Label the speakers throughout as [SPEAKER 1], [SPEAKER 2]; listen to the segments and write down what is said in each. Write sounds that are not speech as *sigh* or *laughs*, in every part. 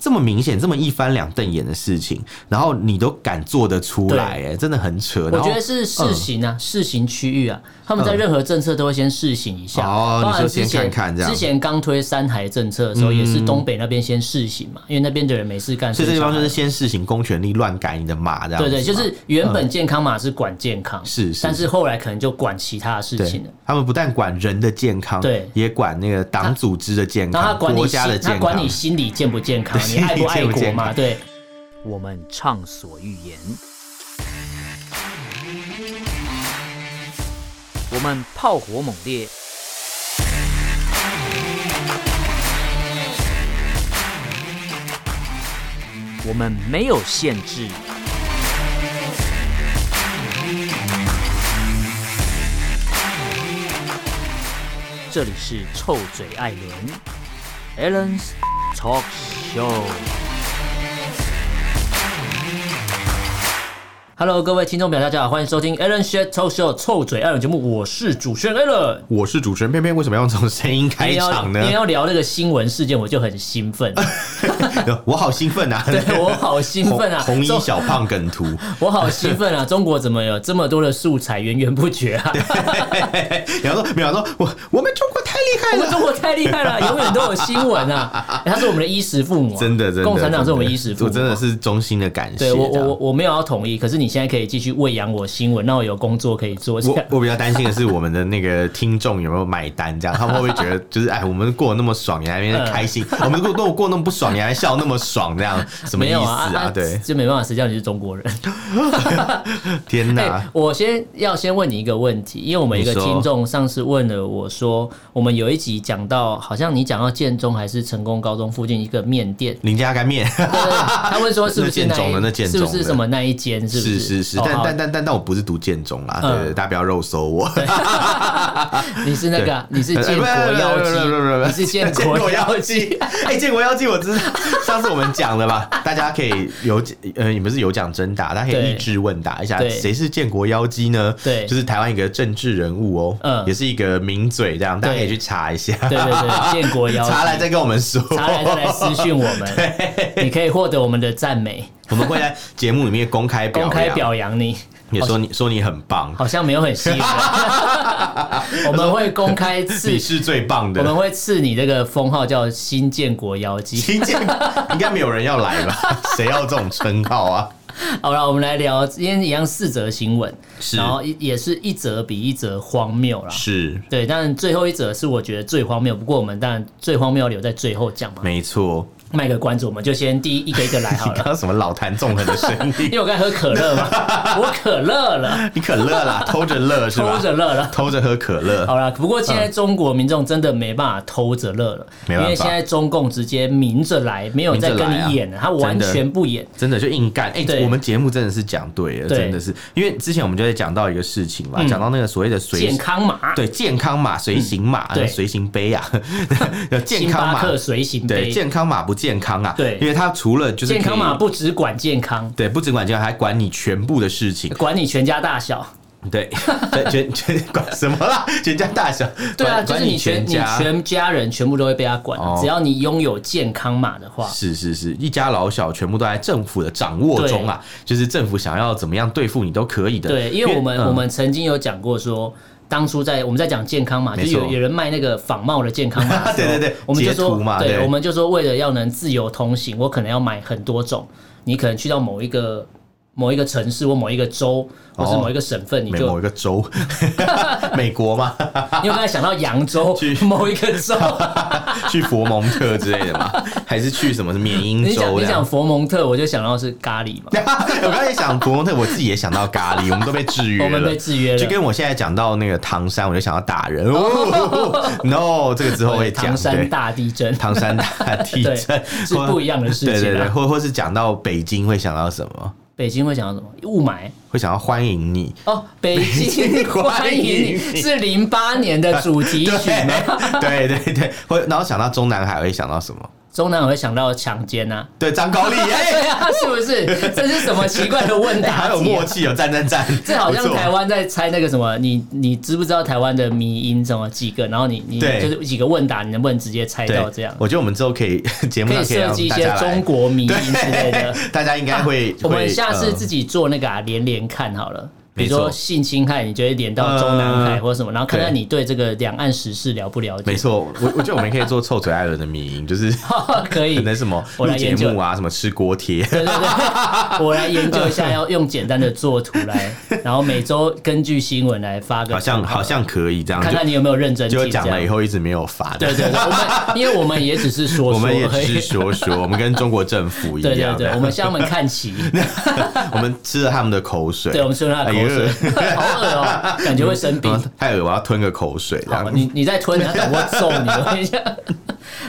[SPEAKER 1] 这么明显、这么一翻两瞪眼的事情，然后你都敢做得出来、哎，真的很扯。
[SPEAKER 2] 我
[SPEAKER 1] 然后嗯
[SPEAKER 2] 觉得是试行啊，试行区域啊，他们在任何政策都会先试行一下。
[SPEAKER 1] 哦
[SPEAKER 2] 包含
[SPEAKER 1] 你说先
[SPEAKER 2] 之前
[SPEAKER 1] 看看这样
[SPEAKER 2] 之前刚推三孩政策的时候，也是东北那边先试行
[SPEAKER 1] 嗯
[SPEAKER 2] 嘛，因为那边的人没事干，
[SPEAKER 1] 所以这地方就是
[SPEAKER 2] 生小孩
[SPEAKER 1] 先试行公权力乱改你的码，这样
[SPEAKER 2] 对
[SPEAKER 1] 子
[SPEAKER 2] 对，就
[SPEAKER 1] 嘛嗯
[SPEAKER 2] 是原本健康码是管健康，
[SPEAKER 1] 是是
[SPEAKER 2] 但是后来可能就管其他的事情了
[SPEAKER 1] 对。，他们不但管人的健康，
[SPEAKER 2] 对
[SPEAKER 1] 也管那个党组织的健
[SPEAKER 2] 然后他
[SPEAKER 1] 康、
[SPEAKER 2] 管你
[SPEAKER 1] 国
[SPEAKER 2] 心
[SPEAKER 1] 家的，
[SPEAKER 2] 他
[SPEAKER 1] 健
[SPEAKER 2] 管
[SPEAKER 1] 康
[SPEAKER 2] 你。心理健不健康，
[SPEAKER 1] 对
[SPEAKER 2] 你爱不爱
[SPEAKER 1] 心理健不
[SPEAKER 2] 国
[SPEAKER 1] 健
[SPEAKER 2] 嘛？
[SPEAKER 1] 康
[SPEAKER 2] 对，
[SPEAKER 3] 我们畅所欲言；我们炮火猛烈；我们没有限制。这里是臭嘴艾伦 a l l e n s Talk Show。
[SPEAKER 2] Hello，各位听众朋友，大家好，欢迎收听 Alan s h a t Talk Show 臭嘴艾伦节目，我是主持人 Alan。
[SPEAKER 1] 我是主持人，偏偏为什么要用这种声音开
[SPEAKER 2] 你要
[SPEAKER 1] 场呢
[SPEAKER 2] 你？要聊那个新闻事件，我就很兴奋，
[SPEAKER 1] 我好兴奋啊！
[SPEAKER 2] *laughs* 对我好兴奋啊！
[SPEAKER 1] 红红衣
[SPEAKER 2] 中
[SPEAKER 1] 小胖梗图， *laughs*
[SPEAKER 2] 我好兴奋啊！中国怎么有这么多的素材源源不绝啊？
[SPEAKER 1] 然后说，没有说，我我们中国太厉害
[SPEAKER 2] 我们
[SPEAKER 1] 了，
[SPEAKER 2] 中国太厉害
[SPEAKER 1] *laughs*
[SPEAKER 2] 了，永远都有新闻啊！哎他是我们的衣食父母啊、
[SPEAKER 1] 真的真的，
[SPEAKER 2] 共产党是我们
[SPEAKER 1] 真的
[SPEAKER 2] 衣食父母、啊
[SPEAKER 1] 我真的。是衷心的感谢。
[SPEAKER 2] 对我我我
[SPEAKER 1] 我
[SPEAKER 2] 我没有要同意，可是你现在可以继续喂养我新闻，让我有工作可以做。这
[SPEAKER 1] 我
[SPEAKER 2] 样
[SPEAKER 1] 我比较担心的是我们的那个听众有没有买单，这样他们会不会
[SPEAKER 2] *laughs*
[SPEAKER 1] 觉得就是哎，我们过得那么爽，你还在那边开心；我们过过过那么不爽，你还笑那么爽，这样什么
[SPEAKER 2] *laughs* 嗯没
[SPEAKER 1] 意
[SPEAKER 2] 有
[SPEAKER 1] 思
[SPEAKER 2] 啊
[SPEAKER 1] 啊？对，
[SPEAKER 2] 就没办法，谁叫你是中
[SPEAKER 1] *laughs*
[SPEAKER 2] 国人？
[SPEAKER 1] 天
[SPEAKER 2] 哎、
[SPEAKER 1] 哪！
[SPEAKER 2] 我先要先问你一个问题，因为我们有一个
[SPEAKER 1] 啊你说
[SPEAKER 2] 听众上次问了我说，我们有一集讲到，好像你讲到建中还是成功高中附近一个面店，
[SPEAKER 1] 林家干面 *laughs*
[SPEAKER 2] 对对对他问说是不是
[SPEAKER 1] 那建中的
[SPEAKER 2] 那
[SPEAKER 1] 那
[SPEAKER 2] 一
[SPEAKER 1] 建
[SPEAKER 2] 是
[SPEAKER 1] 中
[SPEAKER 2] 不
[SPEAKER 1] 的
[SPEAKER 2] 是什么那一间？是不
[SPEAKER 1] 是是是，但
[SPEAKER 2] 哦
[SPEAKER 1] 但但但但我不是读建中啦，
[SPEAKER 2] 嗯
[SPEAKER 1] 对对，大家不要肉搜我。
[SPEAKER 2] 好你是那个你是建国妖
[SPEAKER 1] 不不不不不
[SPEAKER 2] 姬，
[SPEAKER 1] 不
[SPEAKER 2] 你是建
[SPEAKER 1] 建
[SPEAKER 2] 国
[SPEAKER 1] 国
[SPEAKER 2] 妖
[SPEAKER 1] 妖姬。 *laughs* 哎，建国妖姬，我知道上次我们讲了吧？大家可以有呃，你们是有奖征答，大家可
[SPEAKER 2] 对
[SPEAKER 1] 以益智问答一下，
[SPEAKER 2] 对
[SPEAKER 1] 谁是建国妖姬呢？
[SPEAKER 2] 对
[SPEAKER 1] 就是台湾一个政治人物哦，
[SPEAKER 2] 嗯
[SPEAKER 1] 也是一个名嘴，这样大家可以
[SPEAKER 2] 对
[SPEAKER 1] 去查一下。
[SPEAKER 2] 对对对，建国妖
[SPEAKER 1] *laughs*
[SPEAKER 2] 姬。
[SPEAKER 1] 查来再跟我们说，
[SPEAKER 2] 查来再来私讯我们，你可以获得我们的赞美，
[SPEAKER 1] *laughs* 我们会在节目里面公开表
[SPEAKER 2] 公
[SPEAKER 1] 扬，
[SPEAKER 2] 开表扬你，
[SPEAKER 1] 也说你说你很棒，
[SPEAKER 2] 好像没有很吸引人。我们会公开刺
[SPEAKER 1] 你，是最棒
[SPEAKER 2] 我们
[SPEAKER 1] 的。
[SPEAKER 2] 会赐你这个封号叫新建国妖姬。
[SPEAKER 1] *laughs* 听见应该没有人要来吧？ *laughs* 谁要这种称号啊？
[SPEAKER 2] 好了，我们来聊今天一样四则新闻，
[SPEAKER 1] 是
[SPEAKER 2] 然后一也是一则比一则荒谬啦。
[SPEAKER 1] 是，
[SPEAKER 2] 对，但最后一则是我觉得最荒谬，不过我们当然最荒谬要留在最后讲嘛，
[SPEAKER 1] 没错。
[SPEAKER 2] 卖个关子，我们就先第一一个一个来好
[SPEAKER 1] 你刚 *laughs*
[SPEAKER 2] 了。
[SPEAKER 1] 刚什么老坛纵横的声
[SPEAKER 2] 因
[SPEAKER 1] 音？
[SPEAKER 2] *laughs* 为我刚才喝可乐嘛，我可乐了，
[SPEAKER 1] 你可乐啦，偷着乐是吧？
[SPEAKER 2] 偷着乐了。
[SPEAKER 1] 偷着喝可乐，
[SPEAKER 2] 好了，不过现在中国民众真的没办法偷着乐了，
[SPEAKER 1] 没
[SPEAKER 2] 因
[SPEAKER 1] 办法
[SPEAKER 2] 为现在中共直接明着来，没有再跟
[SPEAKER 1] 明着来啊
[SPEAKER 2] 你演了，他完
[SPEAKER 1] 真
[SPEAKER 2] 全
[SPEAKER 1] 的
[SPEAKER 2] 不演。
[SPEAKER 1] 真的就硬干。哎、
[SPEAKER 2] 对
[SPEAKER 1] 我们节目真的是讲对了，
[SPEAKER 2] 对
[SPEAKER 1] 真的是，因为之前我们就在讲到一个事情嘛，
[SPEAKER 2] 嗯
[SPEAKER 1] 讲、到那个所谓的随
[SPEAKER 2] 健康码，
[SPEAKER 1] 对健康码、随行码、
[SPEAKER 2] 对
[SPEAKER 1] 随行杯啊， *laughs* 健
[SPEAKER 2] 星
[SPEAKER 1] 康
[SPEAKER 2] 巴
[SPEAKER 1] 码
[SPEAKER 2] 克随行
[SPEAKER 1] 对
[SPEAKER 2] 杯，
[SPEAKER 1] 健康码不健康啊？
[SPEAKER 2] 对
[SPEAKER 1] 因为它除了就是
[SPEAKER 2] 健康码
[SPEAKER 1] 可以
[SPEAKER 2] 不只管健康，
[SPEAKER 1] 对不只管健康，还管你全部的事
[SPEAKER 2] *laughs*
[SPEAKER 1] 情。
[SPEAKER 2] 管你全家大小。
[SPEAKER 1] 对，对全全管什么啦？ *laughs* 全家大小，
[SPEAKER 2] 对啊，
[SPEAKER 1] 管
[SPEAKER 2] 就是
[SPEAKER 1] 管
[SPEAKER 2] 你
[SPEAKER 1] 你
[SPEAKER 2] 全你
[SPEAKER 1] 家。
[SPEAKER 2] 全家人全部都会被他管，啊
[SPEAKER 1] 哦
[SPEAKER 2] 只要你拥有健康码的话，
[SPEAKER 1] *laughs* 是是是，一家老小全部都在政府的掌握中啊，就是政府想要怎么样对付你都可以的。
[SPEAKER 2] 对，因为我们
[SPEAKER 1] 嗯
[SPEAKER 2] 我们曾经有讲过说。当初在我们在讲健康码，就
[SPEAKER 1] 没错
[SPEAKER 2] 有有人卖那个仿冒的健
[SPEAKER 1] *laughs*
[SPEAKER 2] 康码的时候，
[SPEAKER 1] 对对对
[SPEAKER 2] 我们就
[SPEAKER 1] 截
[SPEAKER 2] 说
[SPEAKER 1] 图，嘛
[SPEAKER 2] 对，
[SPEAKER 1] 对
[SPEAKER 2] 我们就说为了要能自由通行，我可能要买很多种，你可能去到某一个某一个城市或某一个州，或是
[SPEAKER 1] 哦
[SPEAKER 2] 某一个省份，你
[SPEAKER 1] 美
[SPEAKER 2] 就
[SPEAKER 1] 某一个州， *laughs* 美国嘛， *laughs*
[SPEAKER 2] 你有没有想到扬州
[SPEAKER 1] 去
[SPEAKER 2] 某一个州？
[SPEAKER 1] 去佛蒙特之类的嘛，还是去什么缅因
[SPEAKER 2] 你讲
[SPEAKER 1] 州
[SPEAKER 2] 你
[SPEAKER 1] 这
[SPEAKER 2] 讲
[SPEAKER 1] 样？
[SPEAKER 2] 佛蒙特，我就想到是咖喱嘛，
[SPEAKER 1] *laughs* 我刚才想佛蒙特，我自己也想到咖喱，我们都被制约了。
[SPEAKER 2] 我们被制约
[SPEAKER 1] 就
[SPEAKER 2] 了。
[SPEAKER 1] 跟我现在讲到那个唐山，我就想要打人。哦 *laughs* no，这个之后会讲。
[SPEAKER 2] 唐山
[SPEAKER 1] 对
[SPEAKER 2] 大地震，
[SPEAKER 1] 唐山大地
[SPEAKER 2] 对，
[SPEAKER 1] 震
[SPEAKER 2] 是不一样的事情、啊。
[SPEAKER 1] 对对对，或或是讲到北京会想到什么？
[SPEAKER 2] 北京会想到什么？雾霾
[SPEAKER 1] 会想要欢迎你。
[SPEAKER 2] 哦，北京欢迎你是零八年的主题曲
[SPEAKER 1] *laughs*
[SPEAKER 2] 吗？
[SPEAKER 1] 对对对，会然后想到中南海会想到什么？
[SPEAKER 2] 中南我会想到强奸啊，
[SPEAKER 1] 对张
[SPEAKER 2] *laughs*
[SPEAKER 1] 高丽，哎、
[SPEAKER 2] 对啊，是不是？这是什么奇怪的问答、啊
[SPEAKER 1] 还有默，契哦，赞赞赞，
[SPEAKER 2] 这好像
[SPEAKER 1] 不错
[SPEAKER 2] 台湾在猜那个什么，你你知不知道台湾的迷音什么几个？然后你你
[SPEAKER 1] 对
[SPEAKER 2] 就是几个问答，你能不能直接猜到
[SPEAKER 1] 对，
[SPEAKER 2] 这样？
[SPEAKER 1] 我觉得我们之后可以 *laughs* 节目
[SPEAKER 2] 可
[SPEAKER 1] 上以
[SPEAKER 2] 以设
[SPEAKER 1] 让
[SPEAKER 2] 计一
[SPEAKER 1] 大
[SPEAKER 2] 些
[SPEAKER 1] 家来
[SPEAKER 2] 中国迷音之类的。啊
[SPEAKER 1] 对， *laughs* 大家应该会。
[SPEAKER 2] 我们
[SPEAKER 1] 会
[SPEAKER 2] 下次
[SPEAKER 1] 嗯
[SPEAKER 2] 自己做那个啊，连连看好了。比
[SPEAKER 1] 没
[SPEAKER 2] 如
[SPEAKER 1] 错
[SPEAKER 2] 说性侵害，你就会连到中南海
[SPEAKER 1] 嗯
[SPEAKER 2] 或什么，然后看看
[SPEAKER 1] 对
[SPEAKER 2] 你对这个两岸时事了不了解
[SPEAKER 1] 没。错，我我觉得我们可以做臭嘴艾伦的迷音，就是
[SPEAKER 2] *laughs* 可以
[SPEAKER 1] 可，能什么
[SPEAKER 2] 我
[SPEAKER 1] 录
[SPEAKER 2] 来
[SPEAKER 1] 节
[SPEAKER 2] 研究
[SPEAKER 1] 目啊，什么吃锅贴，
[SPEAKER 2] 对对对，我来研究一下，要用简单的作图来，然后每周根据新闻来发
[SPEAKER 1] *laughs*
[SPEAKER 2] 个，
[SPEAKER 1] 好像好像可以这样，
[SPEAKER 2] 看看你有没有认真
[SPEAKER 1] 就就
[SPEAKER 2] 听。
[SPEAKER 1] 讲了以
[SPEAKER 2] 后，
[SPEAKER 1] 后一直没有发的。
[SPEAKER 2] 对
[SPEAKER 1] *laughs*
[SPEAKER 2] 对对，我们因为我们也只是说
[SPEAKER 1] 我
[SPEAKER 2] 说
[SPEAKER 1] 们也
[SPEAKER 2] 而
[SPEAKER 1] 只是
[SPEAKER 2] 已，
[SPEAKER 1] 说说，
[SPEAKER 2] *laughs*
[SPEAKER 1] 我们跟中国政府一
[SPEAKER 2] 对对
[SPEAKER 1] 样
[SPEAKER 2] 对，
[SPEAKER 1] 的，
[SPEAKER 2] 我们向他们
[SPEAKER 1] *laughs*
[SPEAKER 2] 看齐，
[SPEAKER 1] 我们吃了他们的口水，
[SPEAKER 2] 对我们说他的口水，
[SPEAKER 1] 哎
[SPEAKER 2] *laughs* 好恶哦，感觉会生
[SPEAKER 1] *laughs*
[SPEAKER 2] 病
[SPEAKER 1] 哎呦，。太恶，我要吞个口水这
[SPEAKER 2] 好，
[SPEAKER 1] 样。
[SPEAKER 2] 你你在吞，他搞不好揍
[SPEAKER 1] *laughs*
[SPEAKER 2] 你。我跟你讲，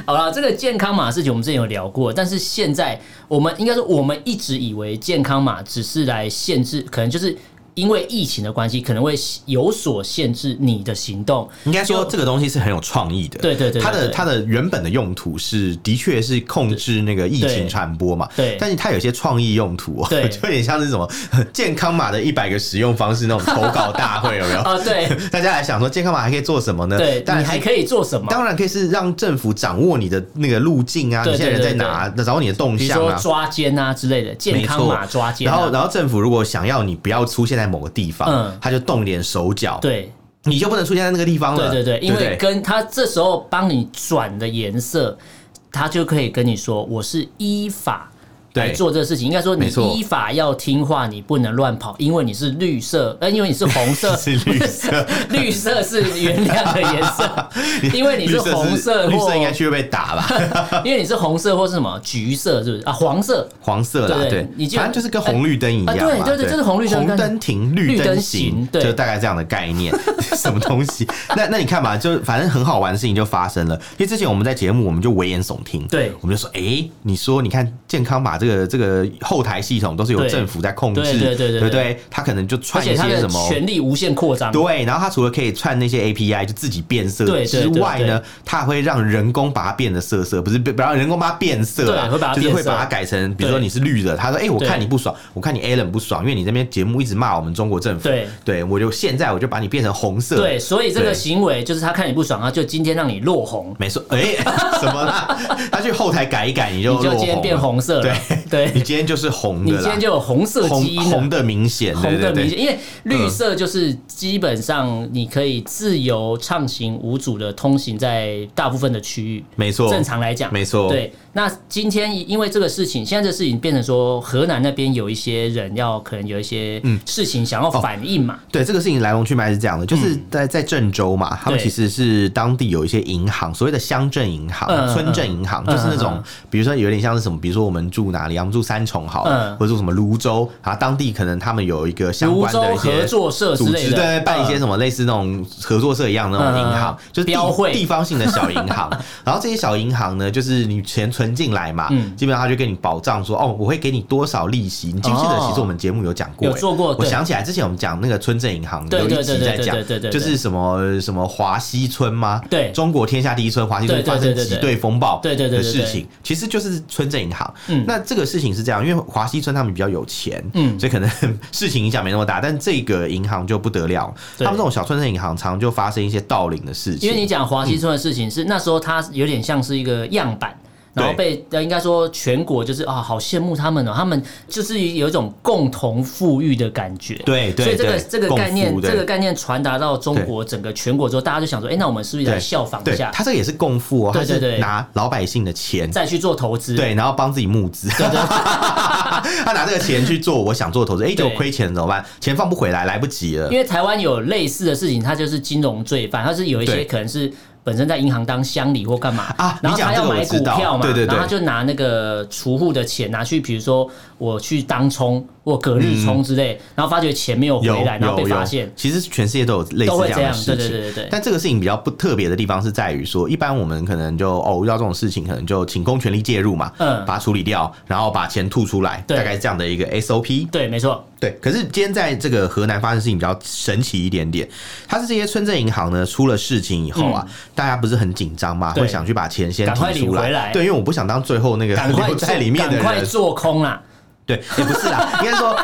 [SPEAKER 2] 好了，这个健康码的事情我们之前有聊过，但是现在我们应该说，我们一直以为健康码只是来限制，可能就是因为疫情的关系，可能会有所限制你的行动。
[SPEAKER 1] 应该说
[SPEAKER 2] 就
[SPEAKER 1] 这个东西是很有创意的，
[SPEAKER 2] 对对对对
[SPEAKER 1] 它的
[SPEAKER 2] 对
[SPEAKER 1] 它的原本的用途是的确是控制那个疫
[SPEAKER 2] 对
[SPEAKER 1] 情传播嘛，
[SPEAKER 2] 对
[SPEAKER 1] 但是它有些创意用途、哦，*laughs*
[SPEAKER 2] 对
[SPEAKER 1] 就有点像是什么健康码的一百个使用方式那种投稿大会，有
[SPEAKER 2] *laughs*
[SPEAKER 1] 没有？
[SPEAKER 2] 啊，对
[SPEAKER 1] *laughs* 大家来想说健康码还可以做什么呢？
[SPEAKER 2] 对，
[SPEAKER 1] 当
[SPEAKER 2] 你
[SPEAKER 1] 然
[SPEAKER 2] 还
[SPEAKER 1] 是。
[SPEAKER 2] 可以做什么？
[SPEAKER 1] 当然可以是让政府掌握你的那个路径啊，
[SPEAKER 2] 对
[SPEAKER 1] 你现在人
[SPEAKER 2] 对
[SPEAKER 1] 在
[SPEAKER 2] 对
[SPEAKER 1] 哪，掌握你的动
[SPEAKER 2] 比如
[SPEAKER 1] 向
[SPEAKER 2] 说
[SPEAKER 1] 啊。
[SPEAKER 2] 抓奸啊之类的，健康码抓奸、
[SPEAKER 1] 然
[SPEAKER 2] 啊，
[SPEAKER 1] 后，然后政府如果想要你不要出现在某个地方，
[SPEAKER 2] 嗯
[SPEAKER 1] 他就动一点手脚，
[SPEAKER 2] 对。
[SPEAKER 1] 你就不能出现在那个地方了。
[SPEAKER 2] 对对对，因
[SPEAKER 1] 不
[SPEAKER 2] 为跟他这时候帮你转的颜色，他就可以跟你说我是依法。来
[SPEAKER 1] 对
[SPEAKER 2] 做这个事情，应该说你
[SPEAKER 1] 没错
[SPEAKER 2] 依法要听话，你不能乱跑，因为你是绿色， *laughs* 呃，因为你是红色，
[SPEAKER 1] *laughs* 是绿色，
[SPEAKER 2] 绿色是 *laughs* 原谅的颜
[SPEAKER 1] *laughs*
[SPEAKER 2] 色， *laughs* 因为你是红色
[SPEAKER 1] 绿
[SPEAKER 2] 或
[SPEAKER 1] 色应该去会被打吧？
[SPEAKER 2] *laughs* 因为你是红色或是什么橘色，是不是啊？黄色，
[SPEAKER 1] 黄色啦，
[SPEAKER 2] 对
[SPEAKER 1] 对
[SPEAKER 2] 你，就
[SPEAKER 1] 反正就是跟红绿灯一样嘛。
[SPEAKER 2] 啊对对对就是红绿灯
[SPEAKER 1] 红灯停，绿
[SPEAKER 2] 绿灯
[SPEAKER 1] 灯
[SPEAKER 2] 行
[SPEAKER 1] 行，
[SPEAKER 2] 对
[SPEAKER 1] 就大概这样的概念。 *laughs* 什么东西？那那你看吧，就反正很好玩的事情就发生了。因为之前我们在节目，我们就危言耸听，
[SPEAKER 2] 对
[SPEAKER 1] 我们就说，哎，你说你看健康码这个这个后台系统都是由
[SPEAKER 2] 对
[SPEAKER 1] 政府在控制，
[SPEAKER 2] 对对对对
[SPEAKER 1] 对不
[SPEAKER 2] 对
[SPEAKER 1] 对，他可能就
[SPEAKER 2] 而
[SPEAKER 1] 串
[SPEAKER 2] 且
[SPEAKER 1] 一
[SPEAKER 2] 它
[SPEAKER 1] 些
[SPEAKER 2] 的
[SPEAKER 1] 什么。
[SPEAKER 2] 权力无限扩张，
[SPEAKER 1] 对，然后它除了可以串那些 API 就自己变色
[SPEAKER 2] 对对
[SPEAKER 1] 之
[SPEAKER 2] 对
[SPEAKER 1] 外呢，它还会让人工把它变得色色，不是不不让人工把它变色啦
[SPEAKER 2] 对会把它
[SPEAKER 1] 就是会
[SPEAKER 2] 变色
[SPEAKER 1] 把它改成，比如说
[SPEAKER 2] 对
[SPEAKER 1] 你是绿的，他说哎、我
[SPEAKER 2] 对
[SPEAKER 1] 看你不爽，我看你 Alan 不爽，因为你这边节目一直骂我们中国政府，
[SPEAKER 2] 对
[SPEAKER 1] 我就现在我就把你变成红色，
[SPEAKER 2] 对，所以这个
[SPEAKER 1] 对
[SPEAKER 2] 行为就是他看你不爽，他就今天让你落红，
[SPEAKER 1] 没错，哎、 *laughs* 什么啦？他去后台改一改，你就
[SPEAKER 2] 你就
[SPEAKER 1] 落
[SPEAKER 2] 今天
[SPEAKER 1] 红
[SPEAKER 2] 变
[SPEAKER 1] 了，
[SPEAKER 2] 红色了，对
[SPEAKER 1] *laughs* 你今天就是红
[SPEAKER 2] 你
[SPEAKER 1] 的啦，
[SPEAKER 2] 今天就有红色基因
[SPEAKER 1] 红红
[SPEAKER 2] 了。
[SPEAKER 1] 的明显，对
[SPEAKER 2] 红
[SPEAKER 1] 对
[SPEAKER 2] 的明
[SPEAKER 1] 对。嗯
[SPEAKER 2] 显，因为绿色就是基本上你可以自由畅行无阻的通行在大部分的区域，
[SPEAKER 1] 没错，
[SPEAKER 2] 正常来讲，
[SPEAKER 1] 没错
[SPEAKER 2] 对，那今天因为这个事情，现在这事情变成说，河南那边有一些人要可能有一些
[SPEAKER 1] 嗯
[SPEAKER 2] 事情想要反映嘛，
[SPEAKER 1] 对这个事情来龙去脉是这样的，就是在在郑州嘛，他们
[SPEAKER 2] 嗯对
[SPEAKER 1] 其实是当地有一些银行，所谓的乡镇银行
[SPEAKER 2] 嗯、
[SPEAKER 1] 村镇银行，
[SPEAKER 2] 嗯
[SPEAKER 1] 就是那
[SPEAKER 2] 嗯
[SPEAKER 1] 种比如说有点像是什么，比如说我们住哪里啊，我们住三重好了
[SPEAKER 2] 嗯，
[SPEAKER 1] 或者住什么泸州啊，当地可能他们有一个相
[SPEAKER 2] 泸
[SPEAKER 1] 关
[SPEAKER 2] 州
[SPEAKER 1] 的一
[SPEAKER 2] 合
[SPEAKER 1] 些。
[SPEAKER 2] 作社之
[SPEAKER 1] 组
[SPEAKER 2] 类
[SPEAKER 1] 织
[SPEAKER 2] 的，
[SPEAKER 1] 对办一些
[SPEAKER 2] 嗯
[SPEAKER 1] 什么类似那种合作社一样的那种银行
[SPEAKER 2] 嗯，
[SPEAKER 1] 就是地
[SPEAKER 2] 标会
[SPEAKER 1] 地方性的小银
[SPEAKER 2] *laughs*
[SPEAKER 1] 行。然后这些小银行呢，就是你钱存进来嘛
[SPEAKER 2] 嗯，
[SPEAKER 1] 基本上他就给你保障说，哦，我会给你多少利息。你记不记得
[SPEAKER 2] 哦？
[SPEAKER 1] 其实我们节目有讲过，
[SPEAKER 2] 有
[SPEAKER 1] 欸
[SPEAKER 2] 做过
[SPEAKER 1] 我
[SPEAKER 2] 对
[SPEAKER 1] 想起来之前我们讲那个村镇银行
[SPEAKER 2] 对
[SPEAKER 1] 有
[SPEAKER 2] 对
[SPEAKER 1] 一
[SPEAKER 2] 对
[SPEAKER 1] 集
[SPEAKER 2] 对
[SPEAKER 1] 在
[SPEAKER 2] 对
[SPEAKER 1] 讲
[SPEAKER 2] 对对对，
[SPEAKER 1] 就是什么什么华西村吗？
[SPEAKER 2] 对
[SPEAKER 1] 中国天下第一村华西村
[SPEAKER 2] 对对
[SPEAKER 1] 发
[SPEAKER 2] 对
[SPEAKER 1] 生
[SPEAKER 2] 对
[SPEAKER 1] 挤
[SPEAKER 2] 对
[SPEAKER 1] 兑风暴
[SPEAKER 2] 对对对
[SPEAKER 1] 的
[SPEAKER 2] 对对
[SPEAKER 1] 事情，其实就是村镇银行
[SPEAKER 2] 嗯。
[SPEAKER 1] 那这个事情是这样，因为华西村他们比较有钱，
[SPEAKER 2] 嗯
[SPEAKER 1] 所以可能 *laughs* 事情影响没那么大，但这个银行就不得了。
[SPEAKER 2] 对
[SPEAKER 1] 他们这种小村镇银行常就发生一些盗领的事情，嗯
[SPEAKER 2] 因为你讲华西村的事情是、那时候它有点像是一个样板。然后被呃，应该说全国就是啊，好羡慕他们哦，他们就是有一种共同富裕的感觉。
[SPEAKER 1] 对对
[SPEAKER 2] 所以这个
[SPEAKER 1] 对
[SPEAKER 2] 这个
[SPEAKER 1] 共
[SPEAKER 2] 概念，
[SPEAKER 1] 富对
[SPEAKER 2] 这个概念传达到中国整个全国之后，大家就想说，哎，那我们是不是来
[SPEAKER 1] 对
[SPEAKER 2] 效仿一
[SPEAKER 1] 对
[SPEAKER 2] 下，，
[SPEAKER 1] 他这个也是共富哦，
[SPEAKER 2] 对
[SPEAKER 1] 他
[SPEAKER 2] 对对
[SPEAKER 1] 是拿老百姓的钱。
[SPEAKER 2] 再去做投资？
[SPEAKER 1] 对，然后帮自己募资， *laughs* 他拿这个钱去做我想做的投资，哎、结果亏钱了怎么办？钱放不回来，来不及了
[SPEAKER 2] 因。为台湾有类似的事情，它就是金融罪犯，它是有一些
[SPEAKER 1] 对
[SPEAKER 2] 可能是本身在银行当乡里或干嘛
[SPEAKER 1] 啊
[SPEAKER 2] 然后
[SPEAKER 1] 你讲
[SPEAKER 2] 他
[SPEAKER 1] 这
[SPEAKER 2] 要
[SPEAKER 1] 个
[SPEAKER 2] 买
[SPEAKER 1] 我
[SPEAKER 2] 股
[SPEAKER 1] 知道
[SPEAKER 2] 票嘛，
[SPEAKER 1] 对对对
[SPEAKER 2] 然后他就拿那个储户的钱拿去，比如说我去当冲或隔日冲之类，然后发觉钱没有回
[SPEAKER 1] 嗯有
[SPEAKER 2] 来，然后被
[SPEAKER 1] 有
[SPEAKER 2] 发
[SPEAKER 1] 有，
[SPEAKER 2] 现，
[SPEAKER 1] 其实全世界都有类似
[SPEAKER 2] 都会这
[SPEAKER 1] 样
[SPEAKER 2] 样
[SPEAKER 1] 的，事
[SPEAKER 2] 对
[SPEAKER 1] 情。
[SPEAKER 2] 对对对对。
[SPEAKER 1] 但这个事情比较不特别的地方是在于说，一般我们可能就哦遇到这种事情，可能就请公权力介入嘛，
[SPEAKER 2] 嗯
[SPEAKER 1] 把它处理掉，然后把钱吐出来，
[SPEAKER 2] 对
[SPEAKER 1] 大概是这样的一个 SOP。
[SPEAKER 2] 对，没错。
[SPEAKER 1] 对，可是今天在这个河南发生的事情比较神奇一点点，它是这些村镇银行呢出了事情以后啊，大家不是很紧张嘛，
[SPEAKER 2] 嗯对
[SPEAKER 1] 会想去把钱先
[SPEAKER 2] 赶快
[SPEAKER 1] 提出
[SPEAKER 2] 领回来
[SPEAKER 1] 对，因为我不想当最后那个
[SPEAKER 2] 赶快
[SPEAKER 1] 留在里面的
[SPEAKER 2] 赶快
[SPEAKER 1] 人，
[SPEAKER 2] 做空啦！
[SPEAKER 1] 对，也不是啦，应该
[SPEAKER 2] *laughs*
[SPEAKER 1] 说